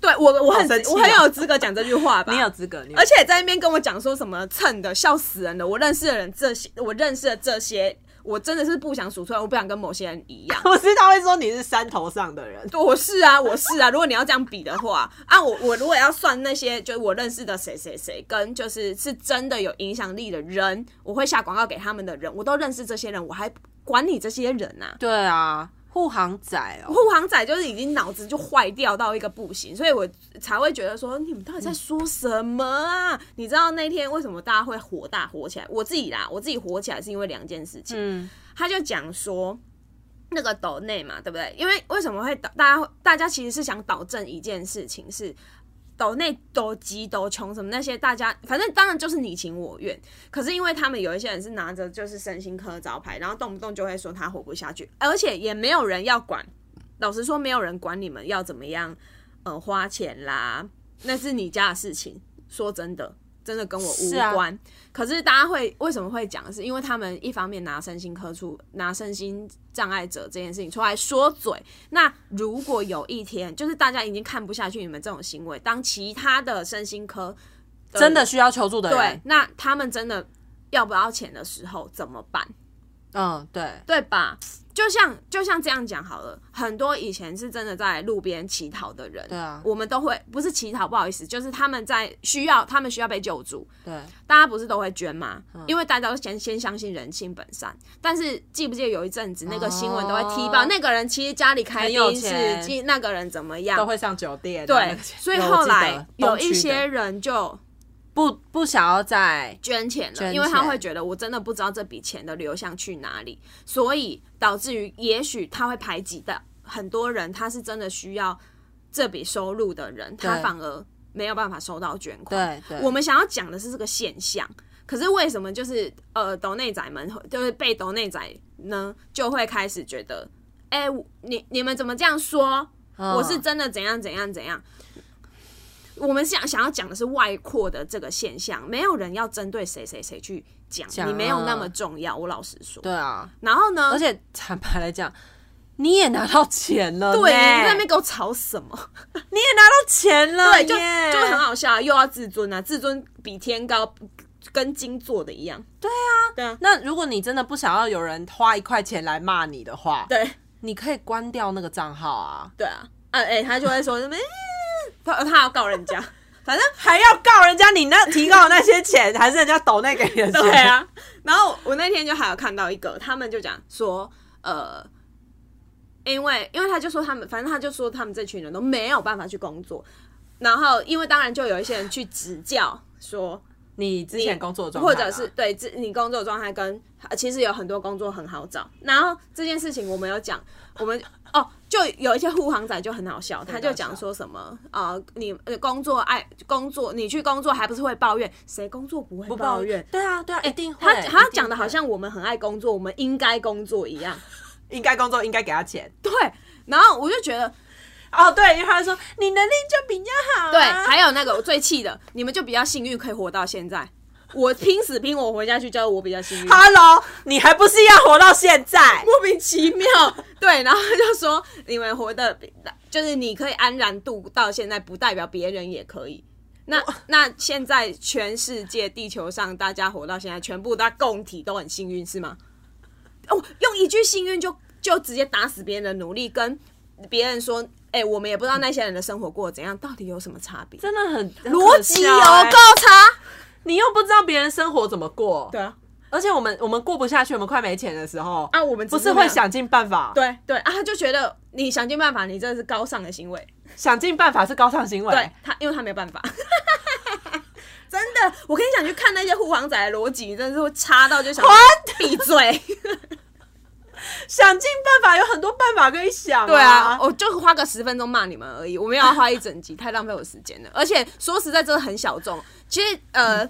Speaker 1: 对我，我很
Speaker 2: 哦好生气哦
Speaker 1: 我很有资格讲这句话吧？
Speaker 2: 你有资格，你有
Speaker 1: 而且在那边跟我讲说什么蹭的，笑死人了。我认识的人这些，我认识的这些，我真的是不想数出来，我不想跟某些人一样。
Speaker 2: 我知道会说你是山头上的人。
Speaker 1: 对我是啊，我是啊。如果你要这样比的话，啊，我我如果要算那些就是我认识的谁谁谁跟就是是真的有影响力的人，我会下广告给他们的人，我都认识这些人，我还管你这些人啊？
Speaker 2: 对啊，护航仔哦，
Speaker 1: 护航仔就是已经脑子就坏掉到一个不行，所以我才会觉得说你们到底在说什么啊？你知道那天为什么大家会火大火起来？我自己啦，我自己火起来是因为两件事情。
Speaker 2: 嗯，
Speaker 1: 他就讲说。那个抖内嘛，对不对？因为为什么会导大家大家其实是想导正一件事情是。抖内抖急抖穷什么那些，大家反正当然就是你情我愿。可是因为他们有一些人是拿着就是身心科招牌，然后动不动就会说他活不下去，而且也没有人要管。老实说，没有人管你们要怎么样，呃，花钱啦，那是你家的事情。说真的，真的跟我无
Speaker 2: 是啊
Speaker 1: 关。可是大家会为什么会讲？是因为他们一方面拿身心科出拿身心障碍者这件事情出来说嘴。那如果有一天，就是大家已经看不下去你们这种行为，当其他的身心科
Speaker 2: 呃真的需要求助的人
Speaker 1: 对，，那他们真的要不要钱的时候怎么办？
Speaker 2: 嗯，对，
Speaker 1: 对吧？就像就像这样讲好了，很多以前是真的在路边乞讨的人，对
Speaker 2: 啊
Speaker 1: 我们都会不是乞讨，不好意思，就是他们在需要，他们需要被救助，
Speaker 2: 对，
Speaker 1: 大家不是都会捐吗？
Speaker 2: 嗯
Speaker 1: 因为大家都先先相信人性本善。但是记不记得有一阵子那个新闻都会踢爆、
Speaker 2: 哦
Speaker 1: 那个人，其实家里开
Speaker 2: 很有
Speaker 1: 宾
Speaker 2: 钱
Speaker 1: 士，记那个人怎么样
Speaker 2: 都？会上酒店。
Speaker 1: 对，所以后来有
Speaker 2: 有
Speaker 1: 一些人就
Speaker 2: 不不想要 在
Speaker 1: 捐钱了，
Speaker 2: 捐
Speaker 1: 因为他
Speaker 2: 钱
Speaker 1: 会觉得我真的不知道这笔钱的流向去哪里，所以导致于也许他会排挤的很多人，他是真的需要这笔收入的人，他
Speaker 2: 对
Speaker 1: 反而没有办法收到捐款。
Speaker 2: 对对，
Speaker 1: 我们想要讲的是这个现象，可是为什么就是呃，抖内仔们就是被抖内仔呢，就会开始觉得，哎、我你你们怎么这样说？
Speaker 2: 嗯
Speaker 1: 我是真的怎样怎样怎样。我们想想要讲的是外扩的这个现象，没有人要针对谁谁谁去讲，
Speaker 2: 讲
Speaker 1: 你没有
Speaker 2: 啊
Speaker 1: 那么重要。我老实说，
Speaker 2: 对啊，
Speaker 1: 然后呢
Speaker 2: 而？且坦白来讲，你也拿到钱了呢，
Speaker 1: 对，你在那边给我吵什么？
Speaker 2: 你也拿到钱
Speaker 1: 对，
Speaker 2: 了哎耶，
Speaker 1: 就就很好笑、啊，又要自尊啊，自尊比天高，跟金做的一样。
Speaker 2: 啊
Speaker 1: 啊
Speaker 2: 那如果你真的不想要有人花一块钱来骂你的话，
Speaker 1: 对，
Speaker 2: 你可以关掉那个账号啊，
Speaker 1: 对啊，啊，哎、他就会说什么，欸他他要告人家，反正
Speaker 2: 还要告人家你那提高的那些钱，还是人家抖那给你的 钱？
Speaker 1: 对，啊。然后我那天就还有看到一个，他们就讲说，呃，因为因为他就说他们，反正他就说他们这群人都没有办法去工作，然后因为当然就有一些人去指教说，
Speaker 2: 你之前工作的状态
Speaker 1: 或
Speaker 2: 啊，
Speaker 1: 者是对自你工作状态跟呃其实有很多工作很好找。然后这件事情我们有讲，我们哦，就有一些护航仔就很好笑，他就讲说什么呃，你呃工作爱工作，你去工作还不是会抱怨？谁工作不会
Speaker 2: 不
Speaker 1: 抱
Speaker 2: 抱
Speaker 1: 怨
Speaker 2: 怨？，对啊，对啊，一定会。
Speaker 1: 他他
Speaker 2: 一定
Speaker 1: 讲的
Speaker 2: 会
Speaker 1: 好像我们很爱工作，我们应该工作一样。
Speaker 2: 应该工作应该给他钱
Speaker 1: 对，然后我就觉得
Speaker 2: 哦，对，因为他说你能力就比较好、啊，
Speaker 1: 对，还有那个我最气的，你们就比较幸运可以活到现在。我拼死拼活活下去，叫我比较幸运。
Speaker 2: Hello，你还不是要活到现在？
Speaker 1: 莫名其妙。对，然后他就说你们活的，就是你可以安然度到现在，不代表别人也可以。那 那现在全世界地球上大家活到现在，全部大家共体都很幸运是吗？哦，用一句幸运就就直接打死别人的努力，跟别人说，哎、我们也不知道那些人的生活过得怎样，到底有什么差别？
Speaker 2: 真的很很
Speaker 1: 逻
Speaker 2: 可
Speaker 1: 辑
Speaker 2: 笑
Speaker 1: 有
Speaker 2: 欸
Speaker 1: 够差。
Speaker 2: 你又不知道别人生活怎么过，
Speaker 1: 对啊，
Speaker 2: 而且我们我们过不下去，我们快没钱的时候
Speaker 1: 啊，我们只
Speaker 2: 不是
Speaker 1: 没
Speaker 2: 会
Speaker 1: 有。
Speaker 2: 想尽办法，
Speaker 1: 对对啊，他就觉得你想尽办法，你这是高尚的行为。
Speaker 2: 想尽办法是高尚行为，
Speaker 1: 对他，因为他没办法。 真的，我跟你讲，你去看那些护航仔的逻辑，你真的是会差到 就想
Speaker 2: What？
Speaker 1: 闭嘴。
Speaker 2: 想尽办法有很多办法可以想、
Speaker 1: 对啊
Speaker 2: 啊，，
Speaker 1: 我就花个十分钟骂你们而已，我没有要花一整集，太浪费我时间了。而且说实在，真的很小众。其实呃，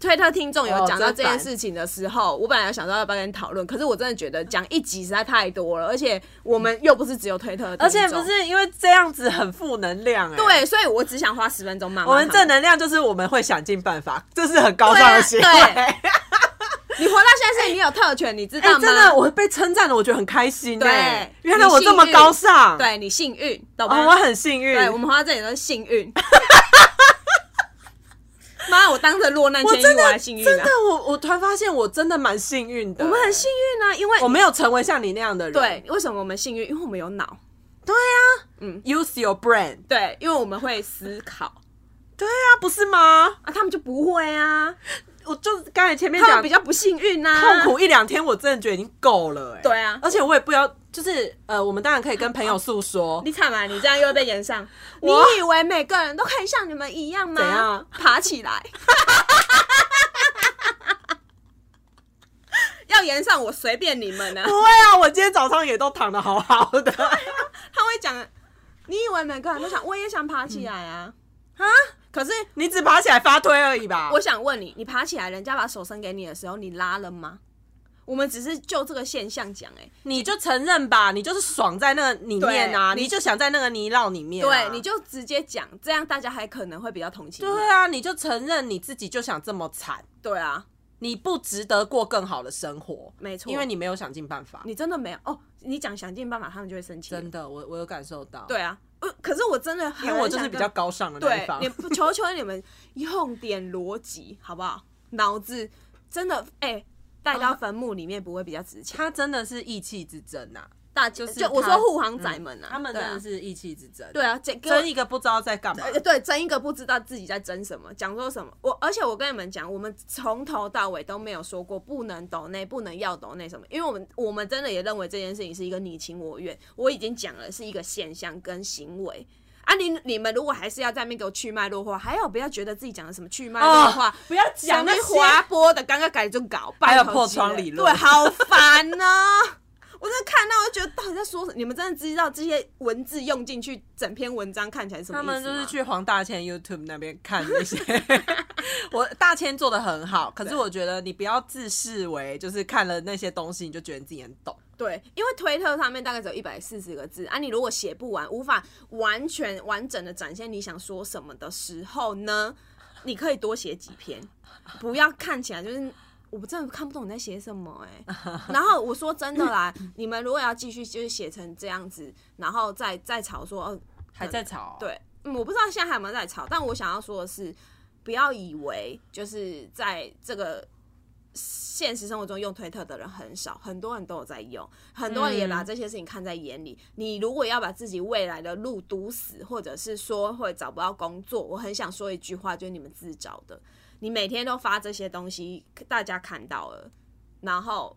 Speaker 1: 推特听众有
Speaker 2: 哦
Speaker 1: 讲到
Speaker 2: 真
Speaker 1: 这件
Speaker 2: 烦
Speaker 1: 事情的时候，我本来想到要不要跟你讨论，可是我真的觉得讲一集实在太多了，而且我们又不是只有推特的听
Speaker 2: 而且
Speaker 1: 众，
Speaker 2: 不是因为这样子很负能量、欸，，
Speaker 1: 对，所以我只想花十分钟骂骂
Speaker 2: 我们
Speaker 1: 他
Speaker 2: 正能量就是我们会想尽办法，这是很高尚的行为。
Speaker 1: 对啊对你活到现在是你有特权，你知
Speaker 2: 哎、
Speaker 1: 道吗？
Speaker 2: 真的，我被称赞了，我觉得很开心、欸。
Speaker 1: 对
Speaker 2: 原来我这么高尚，，
Speaker 1: 对你幸运，懂
Speaker 2: 哦，
Speaker 1: 吗？
Speaker 2: 我很幸运。
Speaker 1: 对我们花这里都是幸运。 妈，我当着落难
Speaker 2: 我
Speaker 1: 千
Speaker 2: 真
Speaker 1: 亿，我
Speaker 2: 的
Speaker 1: 还幸运
Speaker 2: 真
Speaker 1: 啊
Speaker 2: 的！，我我突然发现我真的蛮幸运的。
Speaker 1: 我们很幸运啊，因为
Speaker 2: 我没有成为像你那样的人。
Speaker 1: 对，为什么我们幸运？因为我们有脑，
Speaker 2: 对啊，嗯，use your brain。
Speaker 1: 对，因为我们会思考
Speaker 2: 对啊，不是吗？
Speaker 1: 啊，他们就不会啊，
Speaker 2: 我就刚才前面
Speaker 1: 他们
Speaker 2: 讲
Speaker 1: 比较不幸运啊，
Speaker 2: 痛苦一两天，我真的觉得已经够了、欸。
Speaker 1: 对啊
Speaker 2: 而且我也不要，就是呃，我们当然可以跟朋友诉说，
Speaker 1: 你惨啊！你这样又会被延上。你
Speaker 2: 我
Speaker 1: 以为每个人都可以像你们一样吗？
Speaker 2: 怎样
Speaker 1: 爬起来！ 要延上我随便你们呢、
Speaker 2: 不会啊，我今天早上也都躺的好好的
Speaker 1: 他会讲，你以为每个人都想，我也想爬起来啊？
Speaker 2: 啊。
Speaker 1: 可是
Speaker 2: 你只爬起来发推而已吧？
Speaker 1: 我想问你，你爬起来，人家把手伸给你的时候，你拉了吗？我们只是就这个现象讲、欸，
Speaker 2: 你就承认吧，你就是爽在那个里面啊，
Speaker 1: 对
Speaker 2: 你就想在那个泥淖里面、啊，
Speaker 1: 对，你就直接讲，这样大家还可能会比较同情你。
Speaker 2: 对啊，你就承认你自己就想这么惨，
Speaker 1: 对啊，
Speaker 2: 你不值得过更好的生活，
Speaker 1: 没错
Speaker 2: 因为你没有想尽办法。
Speaker 1: 你真的没有哦，你讲想尽办法，他们就会生气了。
Speaker 2: 真的，我我有感受到，，
Speaker 1: 对啊，呃，可是我真的很
Speaker 2: 因为我就是
Speaker 1: 想
Speaker 2: 比
Speaker 1: 跟
Speaker 2: 较高尚的那一
Speaker 1: 对
Speaker 2: 方，
Speaker 1: 你。不求求你们用点逻辑好不好？脑子真的哎、带
Speaker 2: 啊
Speaker 1: 到坟墓里面不会比较值钱。
Speaker 2: 他真的是义气之争呐、啊
Speaker 1: 大就
Speaker 2: 就是
Speaker 1: 就我
Speaker 2: 他
Speaker 1: 说护航仔们啊，
Speaker 2: 他们真的
Speaker 1: 是
Speaker 2: 是义气之争，
Speaker 1: 对啊，这给我
Speaker 2: 争一个不知道在 干嘛。
Speaker 1: 呃对，争一个不知道自己在争什么，讲说什么。我而且我跟你们讲，我们从头到尾都没有说过不能抖内，不能要抖内什么，因为我们我们真的也认为这件事情是一个你情我愿。我已经讲了是一个现象跟行为。啊你，你们如果还是要在那边给我去脉络化，还有不要觉得自己讲的什么去脉络化，
Speaker 2: 哦不要讲
Speaker 1: 想
Speaker 2: 那
Speaker 1: 那
Speaker 2: 些
Speaker 1: 滑坡的，刚刚改就搞，
Speaker 2: 还有
Speaker 1: 拜托
Speaker 2: 破
Speaker 1: 几
Speaker 2: 窗
Speaker 1: 人
Speaker 2: 理论
Speaker 1: 对，好烦呢、 我真的看到，我就觉得到底在说什么？你们真的知道这些文字用进去，整篇文章看起来是什么
Speaker 2: 他
Speaker 1: 意思吗？
Speaker 2: 们就是去黄大千 YouTube 那边看那些。 我大千做的很好，可是我觉得你不要自视为就是看了那些东西你就觉得你自己很懂。
Speaker 1: 对，因为推特上面大概只有一百四十个字啊，你如果写不完，无法完全完整的展现你想说什么的时候呢，你可以多写几篇，不要看起来就是。我真的看不懂你在写什么哎、然后我说真的啦，你们如果要继续就是写成这样子，然后再再吵说哦，
Speaker 2: 还在吵、啊
Speaker 1: 对，嗯，我不知道现在还有没有在吵，但我想要说的是，不要以为就是在这个现实生活中用推特的人很少，很多人都有在用，很多人也把这些事情看在眼里。你如果要把自己未来的路堵死，或者是说会找不到工作，我很想说一句话，就是你们自找的。你每天都发这些东西，大家看到了，然后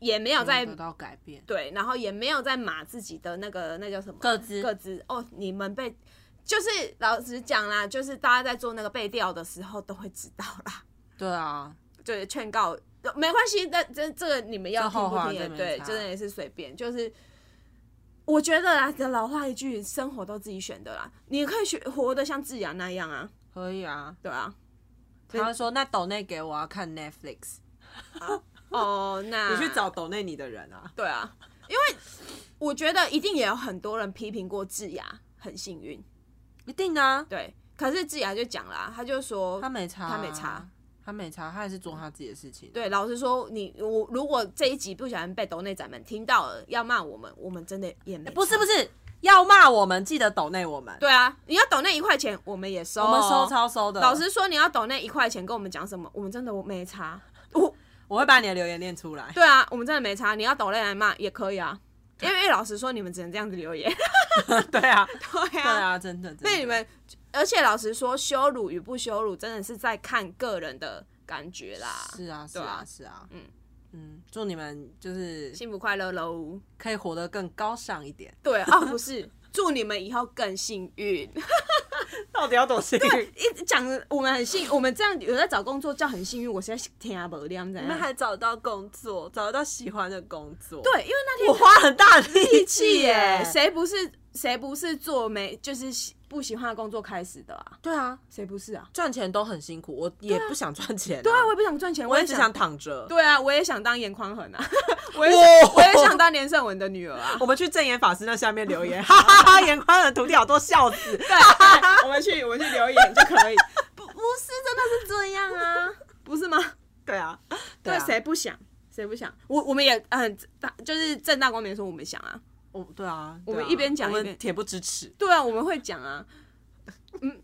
Speaker 1: 也没有在
Speaker 2: 到改变。
Speaker 1: 对，然后也没有在码自己的那个那叫什么
Speaker 2: 各自
Speaker 1: 各自哦，你们被就是老实讲啦，就是大家在做那个背调的时候都会知道啦，
Speaker 2: 对啊，
Speaker 1: 就是劝告没关系，但这这个你们要
Speaker 2: 这
Speaker 1: 听
Speaker 2: 后
Speaker 1: 不
Speaker 2: 话
Speaker 1: 听也
Speaker 2: 真没
Speaker 1: 对，
Speaker 2: 差
Speaker 1: 真的也是随便，就是。我觉得啊，老话一句，生活都自己选的啦。你可以选活得像自然那样啊，
Speaker 2: 可以啊。
Speaker 1: 对啊。
Speaker 2: 他说：“那抖内给我要啊看 Netflix， 啊
Speaker 1: 哦，那
Speaker 2: 你去找抖内你的人啊。
Speaker 1: 对啊，因为我觉得一定也有很多人批评过智雅很幸运，”
Speaker 2: 一定的啊，
Speaker 1: 对，可是智雅就讲啦，她就说
Speaker 2: 他，啊没差，
Speaker 1: 他没差，
Speaker 2: 他没差，他还是做他自己的事情。
Speaker 1: 对，老实说，你我如果这一集不小心被抖内仔们听到了，要骂我们，我们真的也没、
Speaker 2: 欸不是不，是，要骂我们记得抖内我们，
Speaker 1: 对啊，你要抖那一块钱，我们也收、
Speaker 2: 我们收。超收的。
Speaker 1: 老实说，你要抖那一块钱跟我们讲什么，我们真的没差。我
Speaker 2: 我会把你的留言念出来。
Speaker 1: 对啊，我们真的没差。你要抖内来骂也可以啊，因为老实说，你们只能这样子留言。
Speaker 2: 对啊，
Speaker 1: 对
Speaker 2: 对啊，真的。
Speaker 1: 所以
Speaker 2: 被
Speaker 1: 你们，而且老实说，羞辱与不羞辱，真的是在看个人的感觉啦。
Speaker 2: 是啊，是
Speaker 1: 对啊
Speaker 2: 啊，是啊，
Speaker 1: 嗯
Speaker 2: 嗯嗯，祝你们就是
Speaker 1: 幸福快乐喽。
Speaker 2: 可以活得更高尚一点。
Speaker 1: 对啊，不是，祝你们以后更幸运。
Speaker 2: 到底要多幸 运？嗯
Speaker 1: 一直讲我们很幸，我们这样有在找工作叫很幸运，我现在听不了，你们
Speaker 2: 你们还找到工作，找得到喜欢的工作。，
Speaker 1: 对，因为那天
Speaker 2: 我花很大的力
Speaker 1: 气
Speaker 2: 气耶
Speaker 1: 耶，。谁不是谁不是做没就是喜不喜欢的工作开始的啊？
Speaker 2: 对啊，
Speaker 1: 谁不是啊？
Speaker 2: 赚钱都很辛苦，我也不想赚钱、啊。
Speaker 1: 对啊，我也不想赚钱，
Speaker 2: 我
Speaker 1: 我
Speaker 2: 也
Speaker 1: 也
Speaker 2: 只想。躺着。
Speaker 1: 对啊，我也想当严宽恒 啊，我也
Speaker 2: 哇
Speaker 1: 想我也想当连胜文的女儿啊。
Speaker 2: 我们去正言法师那下面留言， 哈哈哈！严宽的徒弟好多笑 死。
Speaker 1: 对，哎我们去我们去留言就可以。不不是，真的是这样 啊，不是吗？
Speaker 2: 对啊，
Speaker 1: 对，
Speaker 2: 啊
Speaker 1: 谁不想？谁不想？我我们也很大，就是正大光明地说我们想啊。
Speaker 2: 我对啊，
Speaker 1: 我们
Speaker 2: 对啊
Speaker 1: 一边讲
Speaker 2: 我
Speaker 1: 一
Speaker 2: 们
Speaker 1: 边
Speaker 2: 恬不知耻。
Speaker 1: 对啊，我们会讲啊。嗯，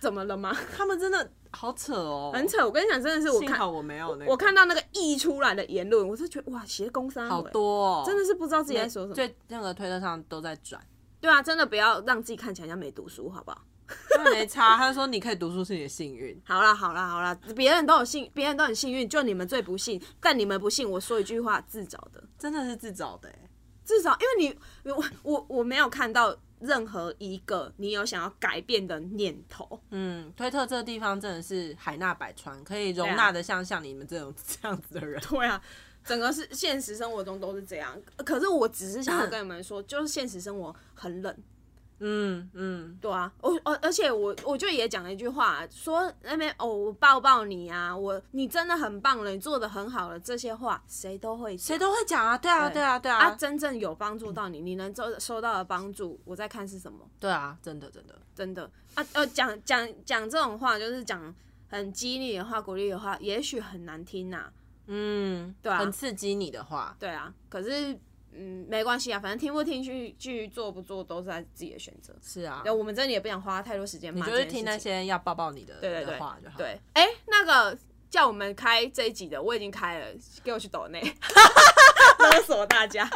Speaker 1: 怎么了吗？
Speaker 2: 他们真的好扯哦，
Speaker 1: 很。扯，我跟你讲，真的是我
Speaker 2: 幸
Speaker 1: 看
Speaker 2: 好我没有那个，
Speaker 1: 我看到那个溢出来的言论，我就觉得哇，写工伤
Speaker 2: 好多、哦，
Speaker 1: 真的是不知道自己在
Speaker 2: 在
Speaker 1: 说什么。
Speaker 2: 最那个推特上都在转，
Speaker 1: 对啊，真的不要让自己看起来像没读书，好不好？
Speaker 2: 他没差，他就说你可以读书是你的幸运。
Speaker 1: 好啦，好啦，好啦，别人都有幸，别人都很幸运，就你们最不幸。但你们不幸，我说一句话，自找的。
Speaker 2: 真的是自找的欸、
Speaker 1: 至少因为你我我我没有看到任何一个你有想要改变的念头。
Speaker 2: 嗯，推特这个地方真的是海纳百川，可以容纳的像像你们这种这样子的人。
Speaker 1: 对啊，整个是现实生活中都是这样。可是我只是想 要跟你们说，就是现实生活很冷。
Speaker 2: 嗯嗯，
Speaker 1: 对啊，我而而且我我就也讲了一句话，说那边哦，我抱抱你啊，我你真的很棒了，你做的很好了，这些话谁都会
Speaker 2: 谁
Speaker 1: 讲。
Speaker 2: 都会讲啊，对啊，对啊，对
Speaker 1: 啊，
Speaker 2: 啊，
Speaker 1: 真正有帮助到你，你能收收到的帮助，我在看是什么。
Speaker 2: 对啊，真的真的，
Speaker 1: 真的啊，呃，讲讲讲这种话，就是讲很激励的话、鼓励的话，也许很难听呐、
Speaker 2: 嗯，对
Speaker 1: 啊
Speaker 2: 很刺激你的话，
Speaker 1: 对啊，可是嗯，没关系啊，反正听不听去去做不做都是在自己的选择。
Speaker 2: 是啊，
Speaker 1: 对，我们真的也不想花太多时间骂
Speaker 2: 就
Speaker 1: 这件
Speaker 2: 是
Speaker 1: 事情。
Speaker 2: 听那些要抱抱你的
Speaker 1: 对对
Speaker 2: 的话就
Speaker 1: 对
Speaker 2: 好。
Speaker 1: 对，哎、那个叫我们开这一集的，我已经开了，给我去抖 内，勒索大家。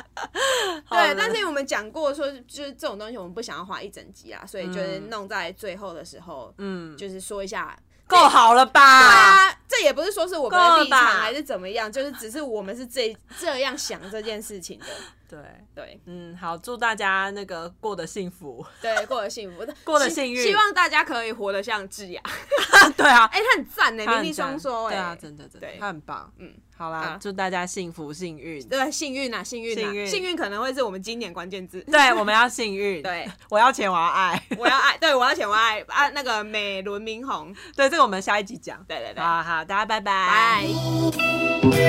Speaker 1: 对，但是我们讲过说，就是这种东西我们不想要花一整集啊，所以就是弄在最后的时候，嗯，就是说一下。
Speaker 2: 够好了吧？
Speaker 1: 对啊，这也不是说是我们的立
Speaker 2: 够了
Speaker 1: 场
Speaker 2: 吧
Speaker 1: 还是怎么样，就是只是我们是这 这样想这件事情的。
Speaker 2: 对
Speaker 1: 对
Speaker 2: 嗯，好，祝大家那个过得幸福。
Speaker 1: 对，过得幸福，
Speaker 2: 过得幸运
Speaker 1: 希希望大家可以活得像智 雅。
Speaker 2: 对啊，
Speaker 1: 哎，他很赞呢，
Speaker 2: 他
Speaker 1: 名
Speaker 2: 很
Speaker 1: 利双
Speaker 2: 赞
Speaker 1: 收哎，
Speaker 2: 对啊，真的真的
Speaker 1: 对，
Speaker 2: 他很棒。嗯，好啦
Speaker 1: 啊，
Speaker 2: 祝大家幸福幸 运。
Speaker 1: 对，幸运啊，幸运
Speaker 2: 幸运
Speaker 1: 啊，幸运可能会是我们今年关键字。
Speaker 2: 对，我们要幸运。
Speaker 1: 对，
Speaker 2: 我要钱，我要爱。
Speaker 1: 我要爱，对我要钱，我要爱啊，那个美轮明宏，
Speaker 2: 对，这个我们下一集讲。
Speaker 1: 对对对，
Speaker 2: 好好，大家拜拜。
Speaker 1: 拜。